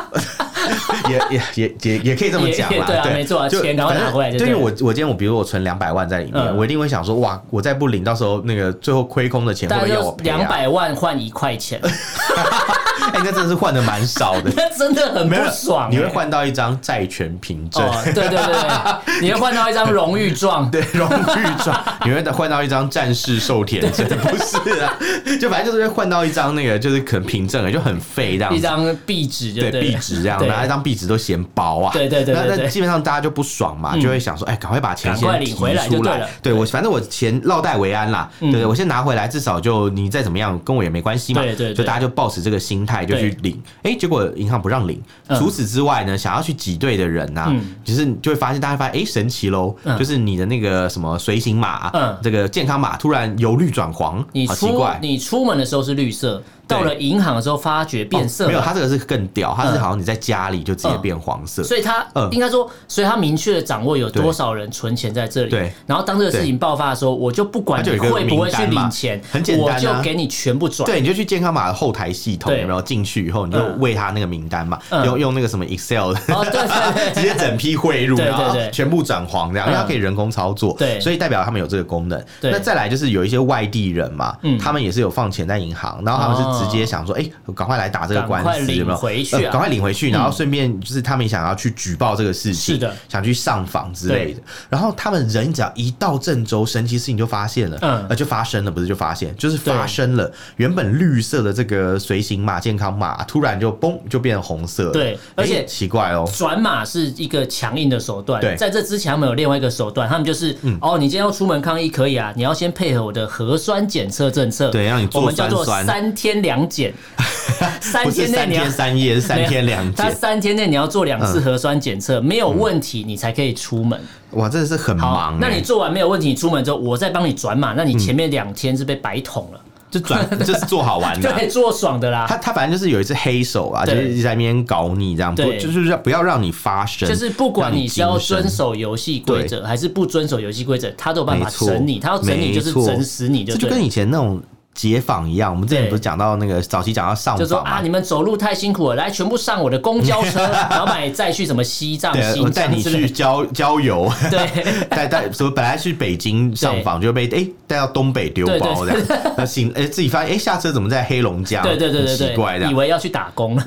[SPEAKER 1] 也也也也也可以这么讲
[SPEAKER 2] 也
[SPEAKER 1] 啦，
[SPEAKER 2] 也对啊没错啊
[SPEAKER 1] 就
[SPEAKER 2] 钱赶快
[SPEAKER 1] 反正
[SPEAKER 2] 拿回来就
[SPEAKER 1] 对，
[SPEAKER 2] 对
[SPEAKER 1] 因为我我今天我比如我存两百万在里面，
[SPEAKER 2] 嗯
[SPEAKER 1] 我一定会想说，哇，我再不领，到时候那个最后亏空的钱会
[SPEAKER 2] 大
[SPEAKER 1] 不
[SPEAKER 2] 概
[SPEAKER 1] 会要
[SPEAKER 2] 就
[SPEAKER 1] 我赔啊
[SPEAKER 2] 两，百万换一块钱，。
[SPEAKER 1] 哎，那真的是换的蛮少的
[SPEAKER 2] *laughs* 那真的很
[SPEAKER 1] 没有
[SPEAKER 2] 不爽欸。
[SPEAKER 1] 你会换到一张债权凭证，
[SPEAKER 2] 哦，对对对对，你会换到一张荣誉状。
[SPEAKER 1] *laughs* 对，荣誉状，你会换到一张战士受
[SPEAKER 2] *laughs*
[SPEAKER 1] 舔证，不是啊？就反正就是会换到一张那个，就是可能凭证了，就很废这样
[SPEAKER 2] 一
[SPEAKER 1] 子。
[SPEAKER 2] 张壁纸就
[SPEAKER 1] 啊对
[SPEAKER 2] 对
[SPEAKER 1] 壁
[SPEAKER 2] 了
[SPEAKER 1] 纸这样，
[SPEAKER 2] 对
[SPEAKER 1] 拿一张壁纸都嫌薄啊。
[SPEAKER 2] 对对对对
[SPEAKER 1] 那那
[SPEAKER 2] 对嗯
[SPEAKER 1] 基本上大家就不爽嘛，就会想说，哎，赶快把钱
[SPEAKER 2] 赶快
[SPEAKER 1] 先
[SPEAKER 2] 领
[SPEAKER 1] 提
[SPEAKER 2] 回来就
[SPEAKER 1] 出
[SPEAKER 2] 对嗯
[SPEAKER 1] 来
[SPEAKER 2] 了。
[SPEAKER 1] 对我反正我钱落袋为安啦，对对，我先拿回来，至少就你再怎么样跟我也没关系嘛。
[SPEAKER 2] 对对对
[SPEAKER 1] 就大家就抱持这个心态就去领，哎，结果银行不让领。
[SPEAKER 2] 嗯
[SPEAKER 1] 除此之外呢，想要去挤兑的人呐
[SPEAKER 2] 嗯，
[SPEAKER 1] 就是你就会发现大家发现，哎，神奇喽
[SPEAKER 2] 嗯，
[SPEAKER 1] 就是你的那个什么随行码
[SPEAKER 2] 嗯，
[SPEAKER 1] 这个健康码突然由绿转黄
[SPEAKER 2] 你，
[SPEAKER 1] 好奇
[SPEAKER 2] 出
[SPEAKER 1] 怪。
[SPEAKER 2] 你出门的时候是绿色，到了银行的时候发觉变色
[SPEAKER 1] 哦
[SPEAKER 2] 了，
[SPEAKER 1] 没有，它这个是更屌，它是
[SPEAKER 2] 嗯
[SPEAKER 1] 好像你在家里就直接
[SPEAKER 2] 嗯
[SPEAKER 1] 变黄色。
[SPEAKER 2] 所以他
[SPEAKER 1] 嗯
[SPEAKER 2] 应该说，所以他明确的掌握有多少人存钱在这里。
[SPEAKER 1] 对
[SPEAKER 2] 然后当这个事情爆发的时候，我就不管
[SPEAKER 1] 他就
[SPEAKER 2] 你
[SPEAKER 1] 有一个
[SPEAKER 2] 会不会去
[SPEAKER 1] 名单嘛
[SPEAKER 2] 领钱，
[SPEAKER 1] 很简单啊
[SPEAKER 2] 我就给你全部转。
[SPEAKER 1] 对，你就去健康码的后台系统
[SPEAKER 2] 对
[SPEAKER 1] 有没有进去以后，你就
[SPEAKER 2] 嗯
[SPEAKER 1] 喂他那个名单嘛，
[SPEAKER 2] 嗯
[SPEAKER 1] 用用那个什么 Excel 的
[SPEAKER 2] 哦，对对
[SPEAKER 1] *laughs* 直
[SPEAKER 2] 对，
[SPEAKER 1] 接整批汇入，
[SPEAKER 2] 对对
[SPEAKER 1] 然后
[SPEAKER 2] 对
[SPEAKER 1] 全部转黄这样，
[SPEAKER 2] 嗯
[SPEAKER 1] 因为它可以人工操作，
[SPEAKER 2] 对
[SPEAKER 1] 所以代表他们有这个功能。
[SPEAKER 2] 对
[SPEAKER 1] 那再来就是有一些外地人嘛
[SPEAKER 2] 嗯，
[SPEAKER 1] 他们也是有放钱在银行，然后他们
[SPEAKER 2] 哦
[SPEAKER 1] 是直接想说，哎，赶快来打这个官
[SPEAKER 2] 赶快
[SPEAKER 1] 司，
[SPEAKER 2] 领
[SPEAKER 1] 有没有？
[SPEAKER 2] 回去啊
[SPEAKER 1] 呃赶快领回去，然后顺便就是他们想要去举报这个事情，
[SPEAKER 2] 是的，
[SPEAKER 1] 想去上访之类的。然后他们人只要一到郑州，神奇事情就发现了，
[SPEAKER 2] 嗯
[SPEAKER 1] 呃，就发生了，不是就发现，就是发生了。原本绿色的这个随行码、健康码，突然就嘣就变成红色了，
[SPEAKER 2] 对而且
[SPEAKER 1] 哎奇怪哦，
[SPEAKER 2] 转码是一个强硬的手段
[SPEAKER 1] 对。嗯
[SPEAKER 2] 在这之前，他们有另外一个手段，他们就是哦，你今天要出门抗议可以啊，你要先配合我的核酸检测政策，
[SPEAKER 1] 对让你做
[SPEAKER 2] 我们叫做
[SPEAKER 1] 酸酸
[SPEAKER 2] 三天两检，
[SPEAKER 1] *laughs*
[SPEAKER 2] 三
[SPEAKER 1] 不是
[SPEAKER 2] 天内
[SPEAKER 1] 三
[SPEAKER 2] 你要
[SPEAKER 1] 天三夜，是三天两
[SPEAKER 2] 他
[SPEAKER 1] 检。
[SPEAKER 2] 三天内你要做两次核酸检测，没有问题你才可以出门。
[SPEAKER 1] 哇，真的是很
[SPEAKER 2] 好，
[SPEAKER 1] 嗯忙、欸。嗯
[SPEAKER 2] 那你做完没有问题，你出门之后我再帮你转码，那你前面两天是被白捅了，
[SPEAKER 1] 就
[SPEAKER 2] *laughs*
[SPEAKER 1] 转就是做好玩的啊、
[SPEAKER 2] 对，做爽的啦
[SPEAKER 1] 他。他反正就是有一只黑手啊，就
[SPEAKER 2] 对
[SPEAKER 1] 是一直在那边搞你这样，不
[SPEAKER 2] 对
[SPEAKER 1] 就是让不要让你发生，
[SPEAKER 2] 就是不管
[SPEAKER 1] 让
[SPEAKER 2] 你
[SPEAKER 1] 你
[SPEAKER 2] 是要
[SPEAKER 1] 精神
[SPEAKER 2] 遵守游戏规则还是不遵守游戏规则，他都有办法
[SPEAKER 1] 没错
[SPEAKER 2] 整你，他要整你就是
[SPEAKER 1] 没错
[SPEAKER 2] 整死你就
[SPEAKER 1] 这就
[SPEAKER 2] 对
[SPEAKER 1] 跟
[SPEAKER 2] 了。
[SPEAKER 1] 以前那种解访一样，我们之前
[SPEAKER 2] 对
[SPEAKER 1] 不是讲到那个早期讲到上
[SPEAKER 2] 就说
[SPEAKER 1] 访
[SPEAKER 2] 啊，
[SPEAKER 1] 嘛
[SPEAKER 2] 你。们走路太辛苦了，来全部上我的公交
[SPEAKER 1] *laughs*
[SPEAKER 2] 车，然后把你载去什么西藏、
[SPEAKER 1] 对，我
[SPEAKER 2] 新
[SPEAKER 1] 带
[SPEAKER 2] 疆
[SPEAKER 1] 你
[SPEAKER 2] 之类
[SPEAKER 1] 去
[SPEAKER 2] 的。
[SPEAKER 1] 郊郊游，
[SPEAKER 2] 对，
[SPEAKER 1] *laughs* 带带什么？本来去北京上访，就被哎带到东北丢包这样，
[SPEAKER 2] *laughs*
[SPEAKER 1] 那行哎自己发现哎下车怎么在黑龙江？
[SPEAKER 2] 对对对对
[SPEAKER 1] 很奇怪这
[SPEAKER 2] 对，以
[SPEAKER 1] 样，
[SPEAKER 2] 为要去打
[SPEAKER 1] *laughs*
[SPEAKER 2] 工了，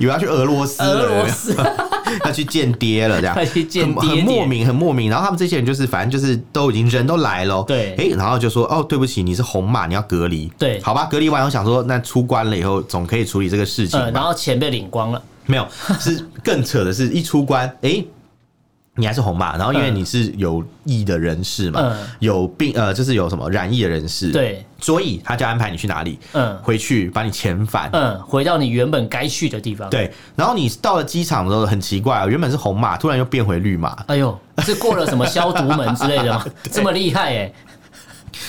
[SPEAKER 1] 以为要去俄罗斯了，
[SPEAKER 2] 俄
[SPEAKER 1] 有没有
[SPEAKER 2] 罗
[SPEAKER 1] *laughs*
[SPEAKER 2] 斯
[SPEAKER 1] 要去间谍了，这样
[SPEAKER 2] 要去间谍
[SPEAKER 1] 很很莫名，很莫名。然后他们这些人就是，反正就是都已经人都来了，
[SPEAKER 2] 对
[SPEAKER 1] 哎、然后就说哦，对不起，你是红码，你要隔离，
[SPEAKER 2] 对
[SPEAKER 1] 好吧，隔离完，我想说，那出关了以后总可以处理这个事情
[SPEAKER 2] 嗯，然
[SPEAKER 1] 吧？
[SPEAKER 2] 后钱被领光了，
[SPEAKER 1] 没有，是更扯的是，一出关，哎、你还是红码，然后因为
[SPEAKER 2] 嗯
[SPEAKER 1] 你是有疫的人士嘛，
[SPEAKER 2] 嗯
[SPEAKER 1] 有病呃，就是有什么染疫的人士，，
[SPEAKER 2] 对，
[SPEAKER 1] 所以他就安排你去哪里，
[SPEAKER 2] 嗯
[SPEAKER 1] 回去把你遣返，
[SPEAKER 2] 嗯，回到你原本该去的地方。，
[SPEAKER 1] 对，然后你到了机场的时候很奇怪啊、原本是红码，突然又变回绿码，
[SPEAKER 2] 哎呦，是过了什么消毒门之类
[SPEAKER 1] *laughs*
[SPEAKER 2] 的吗？这么厉害哎、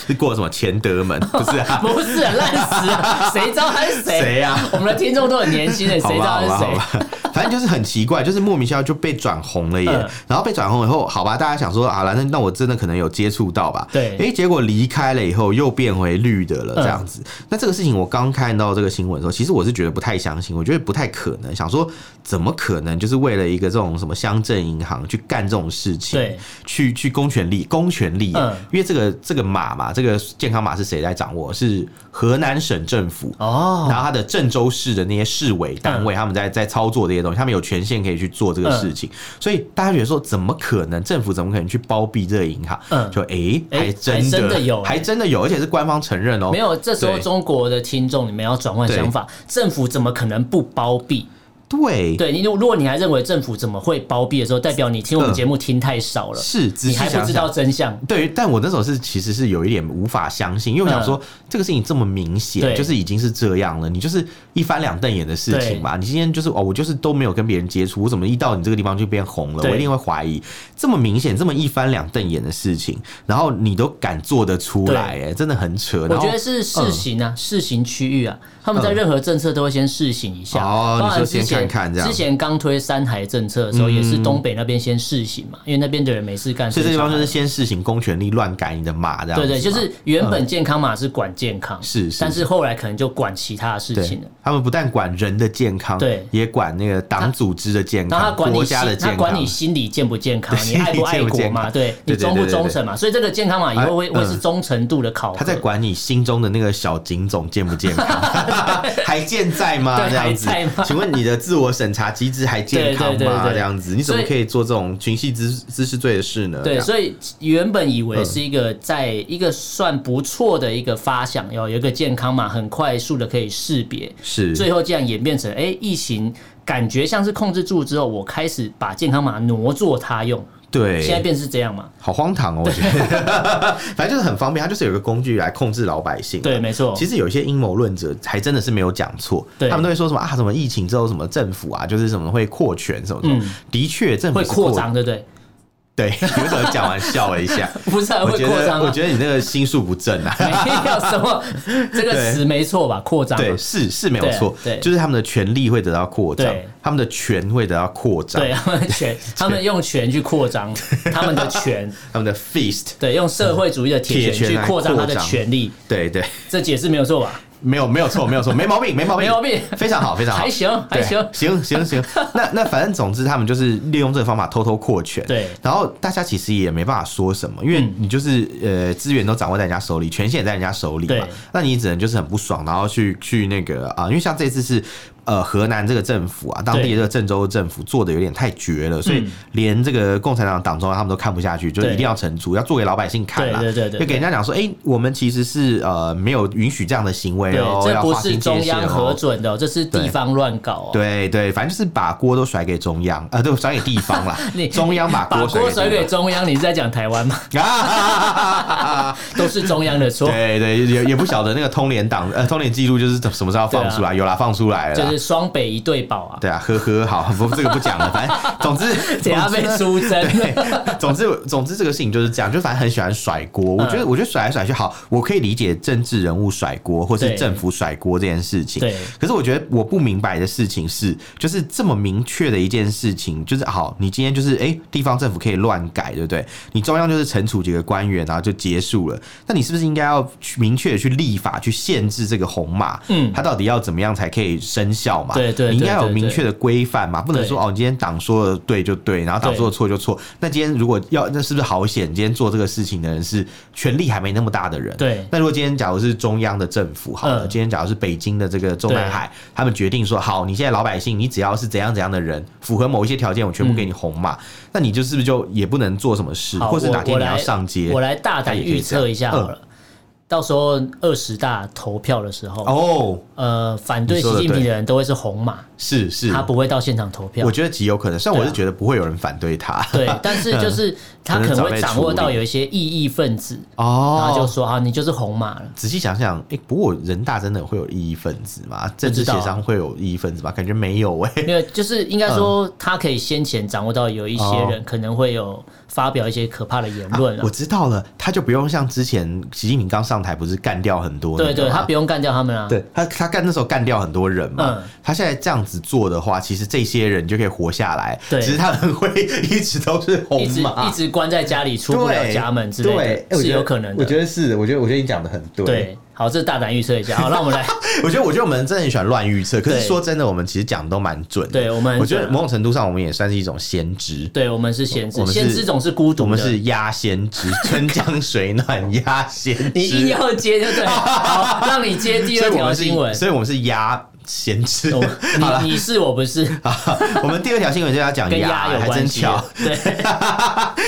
[SPEAKER 1] 是 *laughs* 过什么前德
[SPEAKER 2] *laughs*
[SPEAKER 1] 门？不是啊，
[SPEAKER 2] 不是啊烂死
[SPEAKER 1] *laughs*
[SPEAKER 2] 了，谁知道他是谁？
[SPEAKER 1] 谁呀、
[SPEAKER 2] 我们的听众都很年轻的，
[SPEAKER 1] *laughs* 好
[SPEAKER 2] 谁知
[SPEAKER 1] 吧，好
[SPEAKER 2] 道
[SPEAKER 1] 吧，
[SPEAKER 2] 他是
[SPEAKER 1] 好
[SPEAKER 2] 谁？
[SPEAKER 1] 吧，反正就是很奇怪，就是莫名其妙就被转红了耶。
[SPEAKER 2] 嗯
[SPEAKER 1] 然后被转红以后，好吧，大家想说，好了，那那我真的可能有接触到吧？
[SPEAKER 2] 对
[SPEAKER 1] 哎、结果离开了以后又变回绿的了，
[SPEAKER 2] 嗯
[SPEAKER 1] 这样子。那这个事情我刚看到这个新闻的时候，其实我是觉得不太相信，我觉得不太可能，想说怎么可能就是为了一个这种什么乡镇银行去干这种事情？
[SPEAKER 2] 对，
[SPEAKER 1] 去去公权力，公权力耶、
[SPEAKER 2] 嗯
[SPEAKER 1] 因为这个这个码嘛，这个健康码是谁在掌握？是河南省政府。
[SPEAKER 2] 哦，嗯
[SPEAKER 1] 然后他的郑州市的那些市委单位，他们在在操作这些东西，他们有权限可以去做这个事情，所以大家觉得说，怎么可能政府怎么可能去包庇这个银行？
[SPEAKER 2] 嗯
[SPEAKER 1] 就诶，
[SPEAKER 2] 诶
[SPEAKER 1] 还真
[SPEAKER 2] 还真的有
[SPEAKER 1] 还真的有，而且是官方承认哦，
[SPEAKER 2] 没有，这时候
[SPEAKER 1] 对
[SPEAKER 2] 中国的听众你们要转换想法，政府怎么可能不包庇？
[SPEAKER 1] 对，
[SPEAKER 2] 对你，如如果你还认为政府怎么会包庇的时候，代表你听我们节目听太少了，
[SPEAKER 1] 嗯是仔
[SPEAKER 2] 你
[SPEAKER 1] 细
[SPEAKER 2] 还不
[SPEAKER 1] 想
[SPEAKER 2] 知道
[SPEAKER 1] 想。
[SPEAKER 2] 真相。
[SPEAKER 1] 对，但我那时候是其实是有一点无法相信，因为我想说、这个事情这么明显，
[SPEAKER 2] 嗯对
[SPEAKER 1] 就是已经是这样了，你就是一翻两瞪眼的事情嘛。你今天就是哦，我就是都没有跟别人接触，我怎么一到你这个地方就变红了？
[SPEAKER 2] 对
[SPEAKER 1] 我一定会怀疑，这么明显，这么一翻两瞪眼的事情，然后你都敢做得出来、哎，真的很扯。
[SPEAKER 2] 我
[SPEAKER 1] 然后嗯
[SPEAKER 2] 觉得是试行啊，试行区域啊，他们在任何政策都会先试行一下。
[SPEAKER 1] 哦
[SPEAKER 2] 包
[SPEAKER 1] 你
[SPEAKER 2] 含
[SPEAKER 1] 说先
[SPEAKER 2] 之前
[SPEAKER 1] 看看这样嗯
[SPEAKER 2] 之前刚推三孩政策的时候，也是东北那边先试行嘛，因为那边的人没事干，
[SPEAKER 1] 所以这地方就
[SPEAKER 2] 生
[SPEAKER 1] 是
[SPEAKER 2] 小孩
[SPEAKER 1] 先试行公权力乱改你的码这样子
[SPEAKER 2] 对
[SPEAKER 1] 嘛。嗯
[SPEAKER 2] 对，就是原本健康码是管健康，
[SPEAKER 1] 是是
[SPEAKER 2] 但是后来可能就管其他的事情了
[SPEAKER 1] 对。，他们不但管人的健康，
[SPEAKER 2] 对
[SPEAKER 1] 也管那个党组织的健
[SPEAKER 2] 然后他
[SPEAKER 1] 康、
[SPEAKER 2] 管你
[SPEAKER 1] 国
[SPEAKER 2] 心
[SPEAKER 1] 家的，
[SPEAKER 2] 他
[SPEAKER 1] 健
[SPEAKER 2] 管你
[SPEAKER 1] 康。
[SPEAKER 2] 心理健不健康，
[SPEAKER 1] 对
[SPEAKER 2] 你爱不爱
[SPEAKER 1] 心理
[SPEAKER 2] 国
[SPEAKER 1] 健不
[SPEAKER 2] 嘛？
[SPEAKER 1] 健康
[SPEAKER 2] 对你
[SPEAKER 1] 对对
[SPEAKER 2] 忠不
[SPEAKER 1] 对对
[SPEAKER 2] 忠诚嘛？所以这个健康码以后会
[SPEAKER 1] 哎
[SPEAKER 2] 会是
[SPEAKER 1] 嗯
[SPEAKER 2] 忠诚度的考核。
[SPEAKER 1] 他在管你心中的那个小警总健不健康，
[SPEAKER 2] *laughs*
[SPEAKER 1] 还健在吗？
[SPEAKER 2] 对
[SPEAKER 1] 这样子
[SPEAKER 2] 还在吗，
[SPEAKER 1] 请问你的自我审查机制还健康
[SPEAKER 2] 对对对
[SPEAKER 1] 吗？
[SPEAKER 2] 对
[SPEAKER 1] 这样子，你怎么
[SPEAKER 2] 所以
[SPEAKER 1] 可以做这种群系滋滋事罪的事呢？这
[SPEAKER 2] 对，
[SPEAKER 1] 样
[SPEAKER 2] 所以原本以
[SPEAKER 1] 嗯
[SPEAKER 2] 为是一个在一个算不错的一个发想，有有一个健康码，很快速的可以识别，
[SPEAKER 1] 是
[SPEAKER 2] 最后竟然演变成，哎、疫情感觉像是控制住之后，我开始把健康码挪作他用，
[SPEAKER 1] 对，
[SPEAKER 2] 现在变是这样嘛？
[SPEAKER 1] 好荒唐哦，我觉得， *laughs* 反正就是很方便，它就是有一个工具来控制老百姓。
[SPEAKER 2] 对，。没错，
[SPEAKER 1] 哎其实有一些阴谋论者还真的是没有讲错，
[SPEAKER 2] 对
[SPEAKER 1] 他们都会说什么啊，什么疫情之后什么政府啊，就是什么会扩权什么什么，
[SPEAKER 2] 嗯
[SPEAKER 1] 的确政府
[SPEAKER 2] 会
[SPEAKER 1] 是
[SPEAKER 2] 扩，张，对不对？
[SPEAKER 1] 对，有时候讲完笑了一下，
[SPEAKER 2] 不是、啊、
[SPEAKER 1] 我
[SPEAKER 2] 会
[SPEAKER 1] 觉
[SPEAKER 2] 扩
[SPEAKER 1] 得
[SPEAKER 2] 张
[SPEAKER 1] 我
[SPEAKER 2] 啊。
[SPEAKER 1] 觉得你那个心术不正
[SPEAKER 2] *laughs*
[SPEAKER 1] 啊，
[SPEAKER 2] 没有什么，这个
[SPEAKER 1] 对
[SPEAKER 2] 词没错吧？扩张嘛，
[SPEAKER 1] 对，是是没有错，
[SPEAKER 2] 对对
[SPEAKER 1] 就是他们的权力会得到扩张
[SPEAKER 2] 对，
[SPEAKER 1] 他们的权会得到扩张，
[SPEAKER 2] 对他们的权， *laughs* 他们用权去扩张他们的权，
[SPEAKER 1] 他们的 feast，
[SPEAKER 2] 对，用社会主义的铁
[SPEAKER 1] 铁拳
[SPEAKER 2] 拳去
[SPEAKER 1] 来
[SPEAKER 2] 扩张他的
[SPEAKER 1] 扩张
[SPEAKER 2] 权利，
[SPEAKER 1] 对对，
[SPEAKER 2] 这解释没有错吧？
[SPEAKER 1] 没有没有错，没有错，没毛病，没毛病，
[SPEAKER 2] *laughs* 没毛病
[SPEAKER 1] 哦非常好，非常好
[SPEAKER 2] 还。行，还
[SPEAKER 1] 对
[SPEAKER 2] 行，
[SPEAKER 1] 行行行，那那反正总之他们就是利用这个方法偷偷扩权，
[SPEAKER 2] 对嗯
[SPEAKER 1] 然后大家其实也没办法说什么，因为你就是、呃资源都掌握在人家手里，权限也在人家手里嘛
[SPEAKER 2] 对，
[SPEAKER 1] 那你只能就是很不爽，然后去去那个啊，因为像这次是。呃，河南这个政府啊，当地
[SPEAKER 2] 对嗯
[SPEAKER 1] 这个郑州政府做的有点太绝了，所以连这个共产党党中央他们都看不下去，就是
[SPEAKER 2] 对
[SPEAKER 1] 一定要惩处，要做给老百姓看啦。
[SPEAKER 2] 对对对对
[SPEAKER 1] 就给人家讲说，哎、我们其实是呃没有允许这样的行为
[SPEAKER 2] 对
[SPEAKER 1] 哦，，
[SPEAKER 2] 这
[SPEAKER 1] 要
[SPEAKER 2] 不
[SPEAKER 1] 划
[SPEAKER 2] 是
[SPEAKER 1] 清界
[SPEAKER 2] 中
[SPEAKER 1] 限
[SPEAKER 2] 央
[SPEAKER 1] 哦
[SPEAKER 2] 核准的哦，这是地方乱搞哦。，
[SPEAKER 1] 对对，反正就是把锅都甩给中央，呃，对，甩给地方啦
[SPEAKER 2] *laughs* 你。
[SPEAKER 1] 中央把
[SPEAKER 2] 把
[SPEAKER 1] 锅
[SPEAKER 2] 锅甩
[SPEAKER 1] 甩
[SPEAKER 2] 给
[SPEAKER 1] 给
[SPEAKER 2] 中央，你是在讲
[SPEAKER 1] *laughs*
[SPEAKER 2] 台湾吗？
[SPEAKER 1] 中央。啊！
[SPEAKER 2] 都是中央的错，
[SPEAKER 1] *laughs* 对啊对，也也不晓得那个通联党呃通联记录就是什么时候要放出来，有啦，放出来了
[SPEAKER 2] 啊就
[SPEAKER 1] 啦。
[SPEAKER 2] 是双北一对宝啊，
[SPEAKER 1] 对啊，呵呵，好，不，这个不讲了，反正总之，
[SPEAKER 2] *laughs* 等下被
[SPEAKER 1] 总
[SPEAKER 2] 出征。
[SPEAKER 1] 之呢对， *laughs* 总之，总之这个事情就是这样，就反正很喜欢甩锅。我觉
[SPEAKER 2] 嗯
[SPEAKER 1] 得，我觉得甩来甩去，好，我可以理解政治人物甩锅，或是
[SPEAKER 2] 对
[SPEAKER 1] 政府甩锅这件事情。
[SPEAKER 2] 对
[SPEAKER 1] 可是我觉得我不明白的事情是，就是这么明确的一件事情，就是好，你今天就是哎、诶地方政府可以乱改，对不对？你中央就是惩处几个官员，然后就结束了。那你是不是应该要去明确的去立法，去限制这个红码？
[SPEAKER 2] 嗯
[SPEAKER 1] 它到底要怎么样才可以生效嘛？
[SPEAKER 2] 对对
[SPEAKER 1] 你应该
[SPEAKER 2] 对
[SPEAKER 1] 有
[SPEAKER 2] 对
[SPEAKER 1] 明
[SPEAKER 2] 对
[SPEAKER 1] 确的规范嘛，不能说
[SPEAKER 2] 对
[SPEAKER 1] 哦，你今天党说的对就对，然后党
[SPEAKER 2] 对
[SPEAKER 1] 说的错就错。那今天如果要，那是不是好险？今天做这个事情的人是权力还没那么大的人， *laughs*
[SPEAKER 2] 对
[SPEAKER 1] 那如果今天假如是中央的政府，好了，
[SPEAKER 2] 嗯
[SPEAKER 1] 今天假如是北京的这个中南海，他们决定说，好，你现在老百姓，你只要是怎样怎样的人，符合某一些条件，我全部给你红码，那你就是不是就也不能做什么事，
[SPEAKER 2] 嗯好，
[SPEAKER 1] 或是
[SPEAKER 2] 我
[SPEAKER 1] 哪天
[SPEAKER 2] 我
[SPEAKER 1] 你要
[SPEAKER 2] 来
[SPEAKER 1] 上街？
[SPEAKER 2] 我来大胆预测一下好了。到时候二十大投票的时候，
[SPEAKER 1] 嗯哦，
[SPEAKER 2] 呃，反对
[SPEAKER 1] 你
[SPEAKER 2] 习
[SPEAKER 1] 说得
[SPEAKER 2] 近平
[SPEAKER 1] 对
[SPEAKER 2] 的人都会是红马，
[SPEAKER 1] 是是，
[SPEAKER 2] 他不会到现场投票
[SPEAKER 1] 我。觉得极有可能。虽然我
[SPEAKER 2] 对啊
[SPEAKER 1] 是觉得不会有人反对他，
[SPEAKER 2] 对，但是就是他可能会掌握到有一些异议分子，
[SPEAKER 1] *laughs* 哦，
[SPEAKER 2] 然后就说啊，你就是红马了。
[SPEAKER 1] 仔细想想，哎、不过人大真的会有异议分子吗？政治
[SPEAKER 2] 知道啊
[SPEAKER 1] 协商会有异议分子吗？感觉没有哎、诶
[SPEAKER 2] 因为就是应该说，
[SPEAKER 1] 嗯
[SPEAKER 2] 他可以先前掌握到有一些人可能会有发表一些可怕的言论
[SPEAKER 1] 哦啊
[SPEAKER 2] 啊
[SPEAKER 1] 我
[SPEAKER 2] 了。
[SPEAKER 1] 知道了，他就不用像之前习近平刚上台，不是干掉很多那
[SPEAKER 2] 对
[SPEAKER 1] 个
[SPEAKER 2] 对，
[SPEAKER 1] 吗
[SPEAKER 2] 他不用干掉他们啊。
[SPEAKER 1] 对他他干那时候干掉很多人嘛，
[SPEAKER 2] 嗯
[SPEAKER 1] 他现在这样子做的话，其实这些人就可以活下来，
[SPEAKER 2] 对
[SPEAKER 1] 只是他们会一直都是
[SPEAKER 2] 一
[SPEAKER 1] 红
[SPEAKER 2] 直
[SPEAKER 1] 马
[SPEAKER 2] 一。直关在家里出不了
[SPEAKER 1] 对
[SPEAKER 2] 家门之
[SPEAKER 1] 对
[SPEAKER 2] 类
[SPEAKER 1] 诶我
[SPEAKER 2] 的，是
[SPEAKER 1] 觉得
[SPEAKER 2] 有可能
[SPEAKER 1] 我觉
[SPEAKER 2] 的。
[SPEAKER 1] 得是，我觉得我觉得你讲的很对。
[SPEAKER 2] 对，好，这大胆预测一下。好，那
[SPEAKER 1] *laughs*
[SPEAKER 2] 我们来，
[SPEAKER 1] 我觉得我觉得我们真的很喜欢乱预测，可是
[SPEAKER 2] 对
[SPEAKER 1] 说真的，我们其实讲的都蛮准的。
[SPEAKER 2] 对我们很
[SPEAKER 1] 我觉得
[SPEAKER 2] 准啊
[SPEAKER 1] 某种程度上，我们也算是一种先知。
[SPEAKER 2] 对我们是先
[SPEAKER 1] 我
[SPEAKER 2] 知，
[SPEAKER 1] 们是
[SPEAKER 2] 先知总是孤独
[SPEAKER 1] 我
[SPEAKER 2] 的。
[SPEAKER 1] 们是鸭先知， *laughs* 春江水暖鸭先知。
[SPEAKER 2] 你硬要接就对了，好，让你接第
[SPEAKER 1] 所
[SPEAKER 2] 二
[SPEAKER 1] 以我
[SPEAKER 2] 条
[SPEAKER 1] 们是
[SPEAKER 2] 新闻。
[SPEAKER 1] 所以我们是鸭先知。
[SPEAKER 2] 我
[SPEAKER 1] 好了
[SPEAKER 2] 你你是我不是，
[SPEAKER 1] 好 *laughs* 我们第二条新闻就要讲
[SPEAKER 2] 哦跟
[SPEAKER 1] 鸭，
[SPEAKER 2] 鸭有
[SPEAKER 1] 还
[SPEAKER 2] 关
[SPEAKER 1] 真
[SPEAKER 2] 系
[SPEAKER 1] 巧 *laughs*
[SPEAKER 2] 的。。对，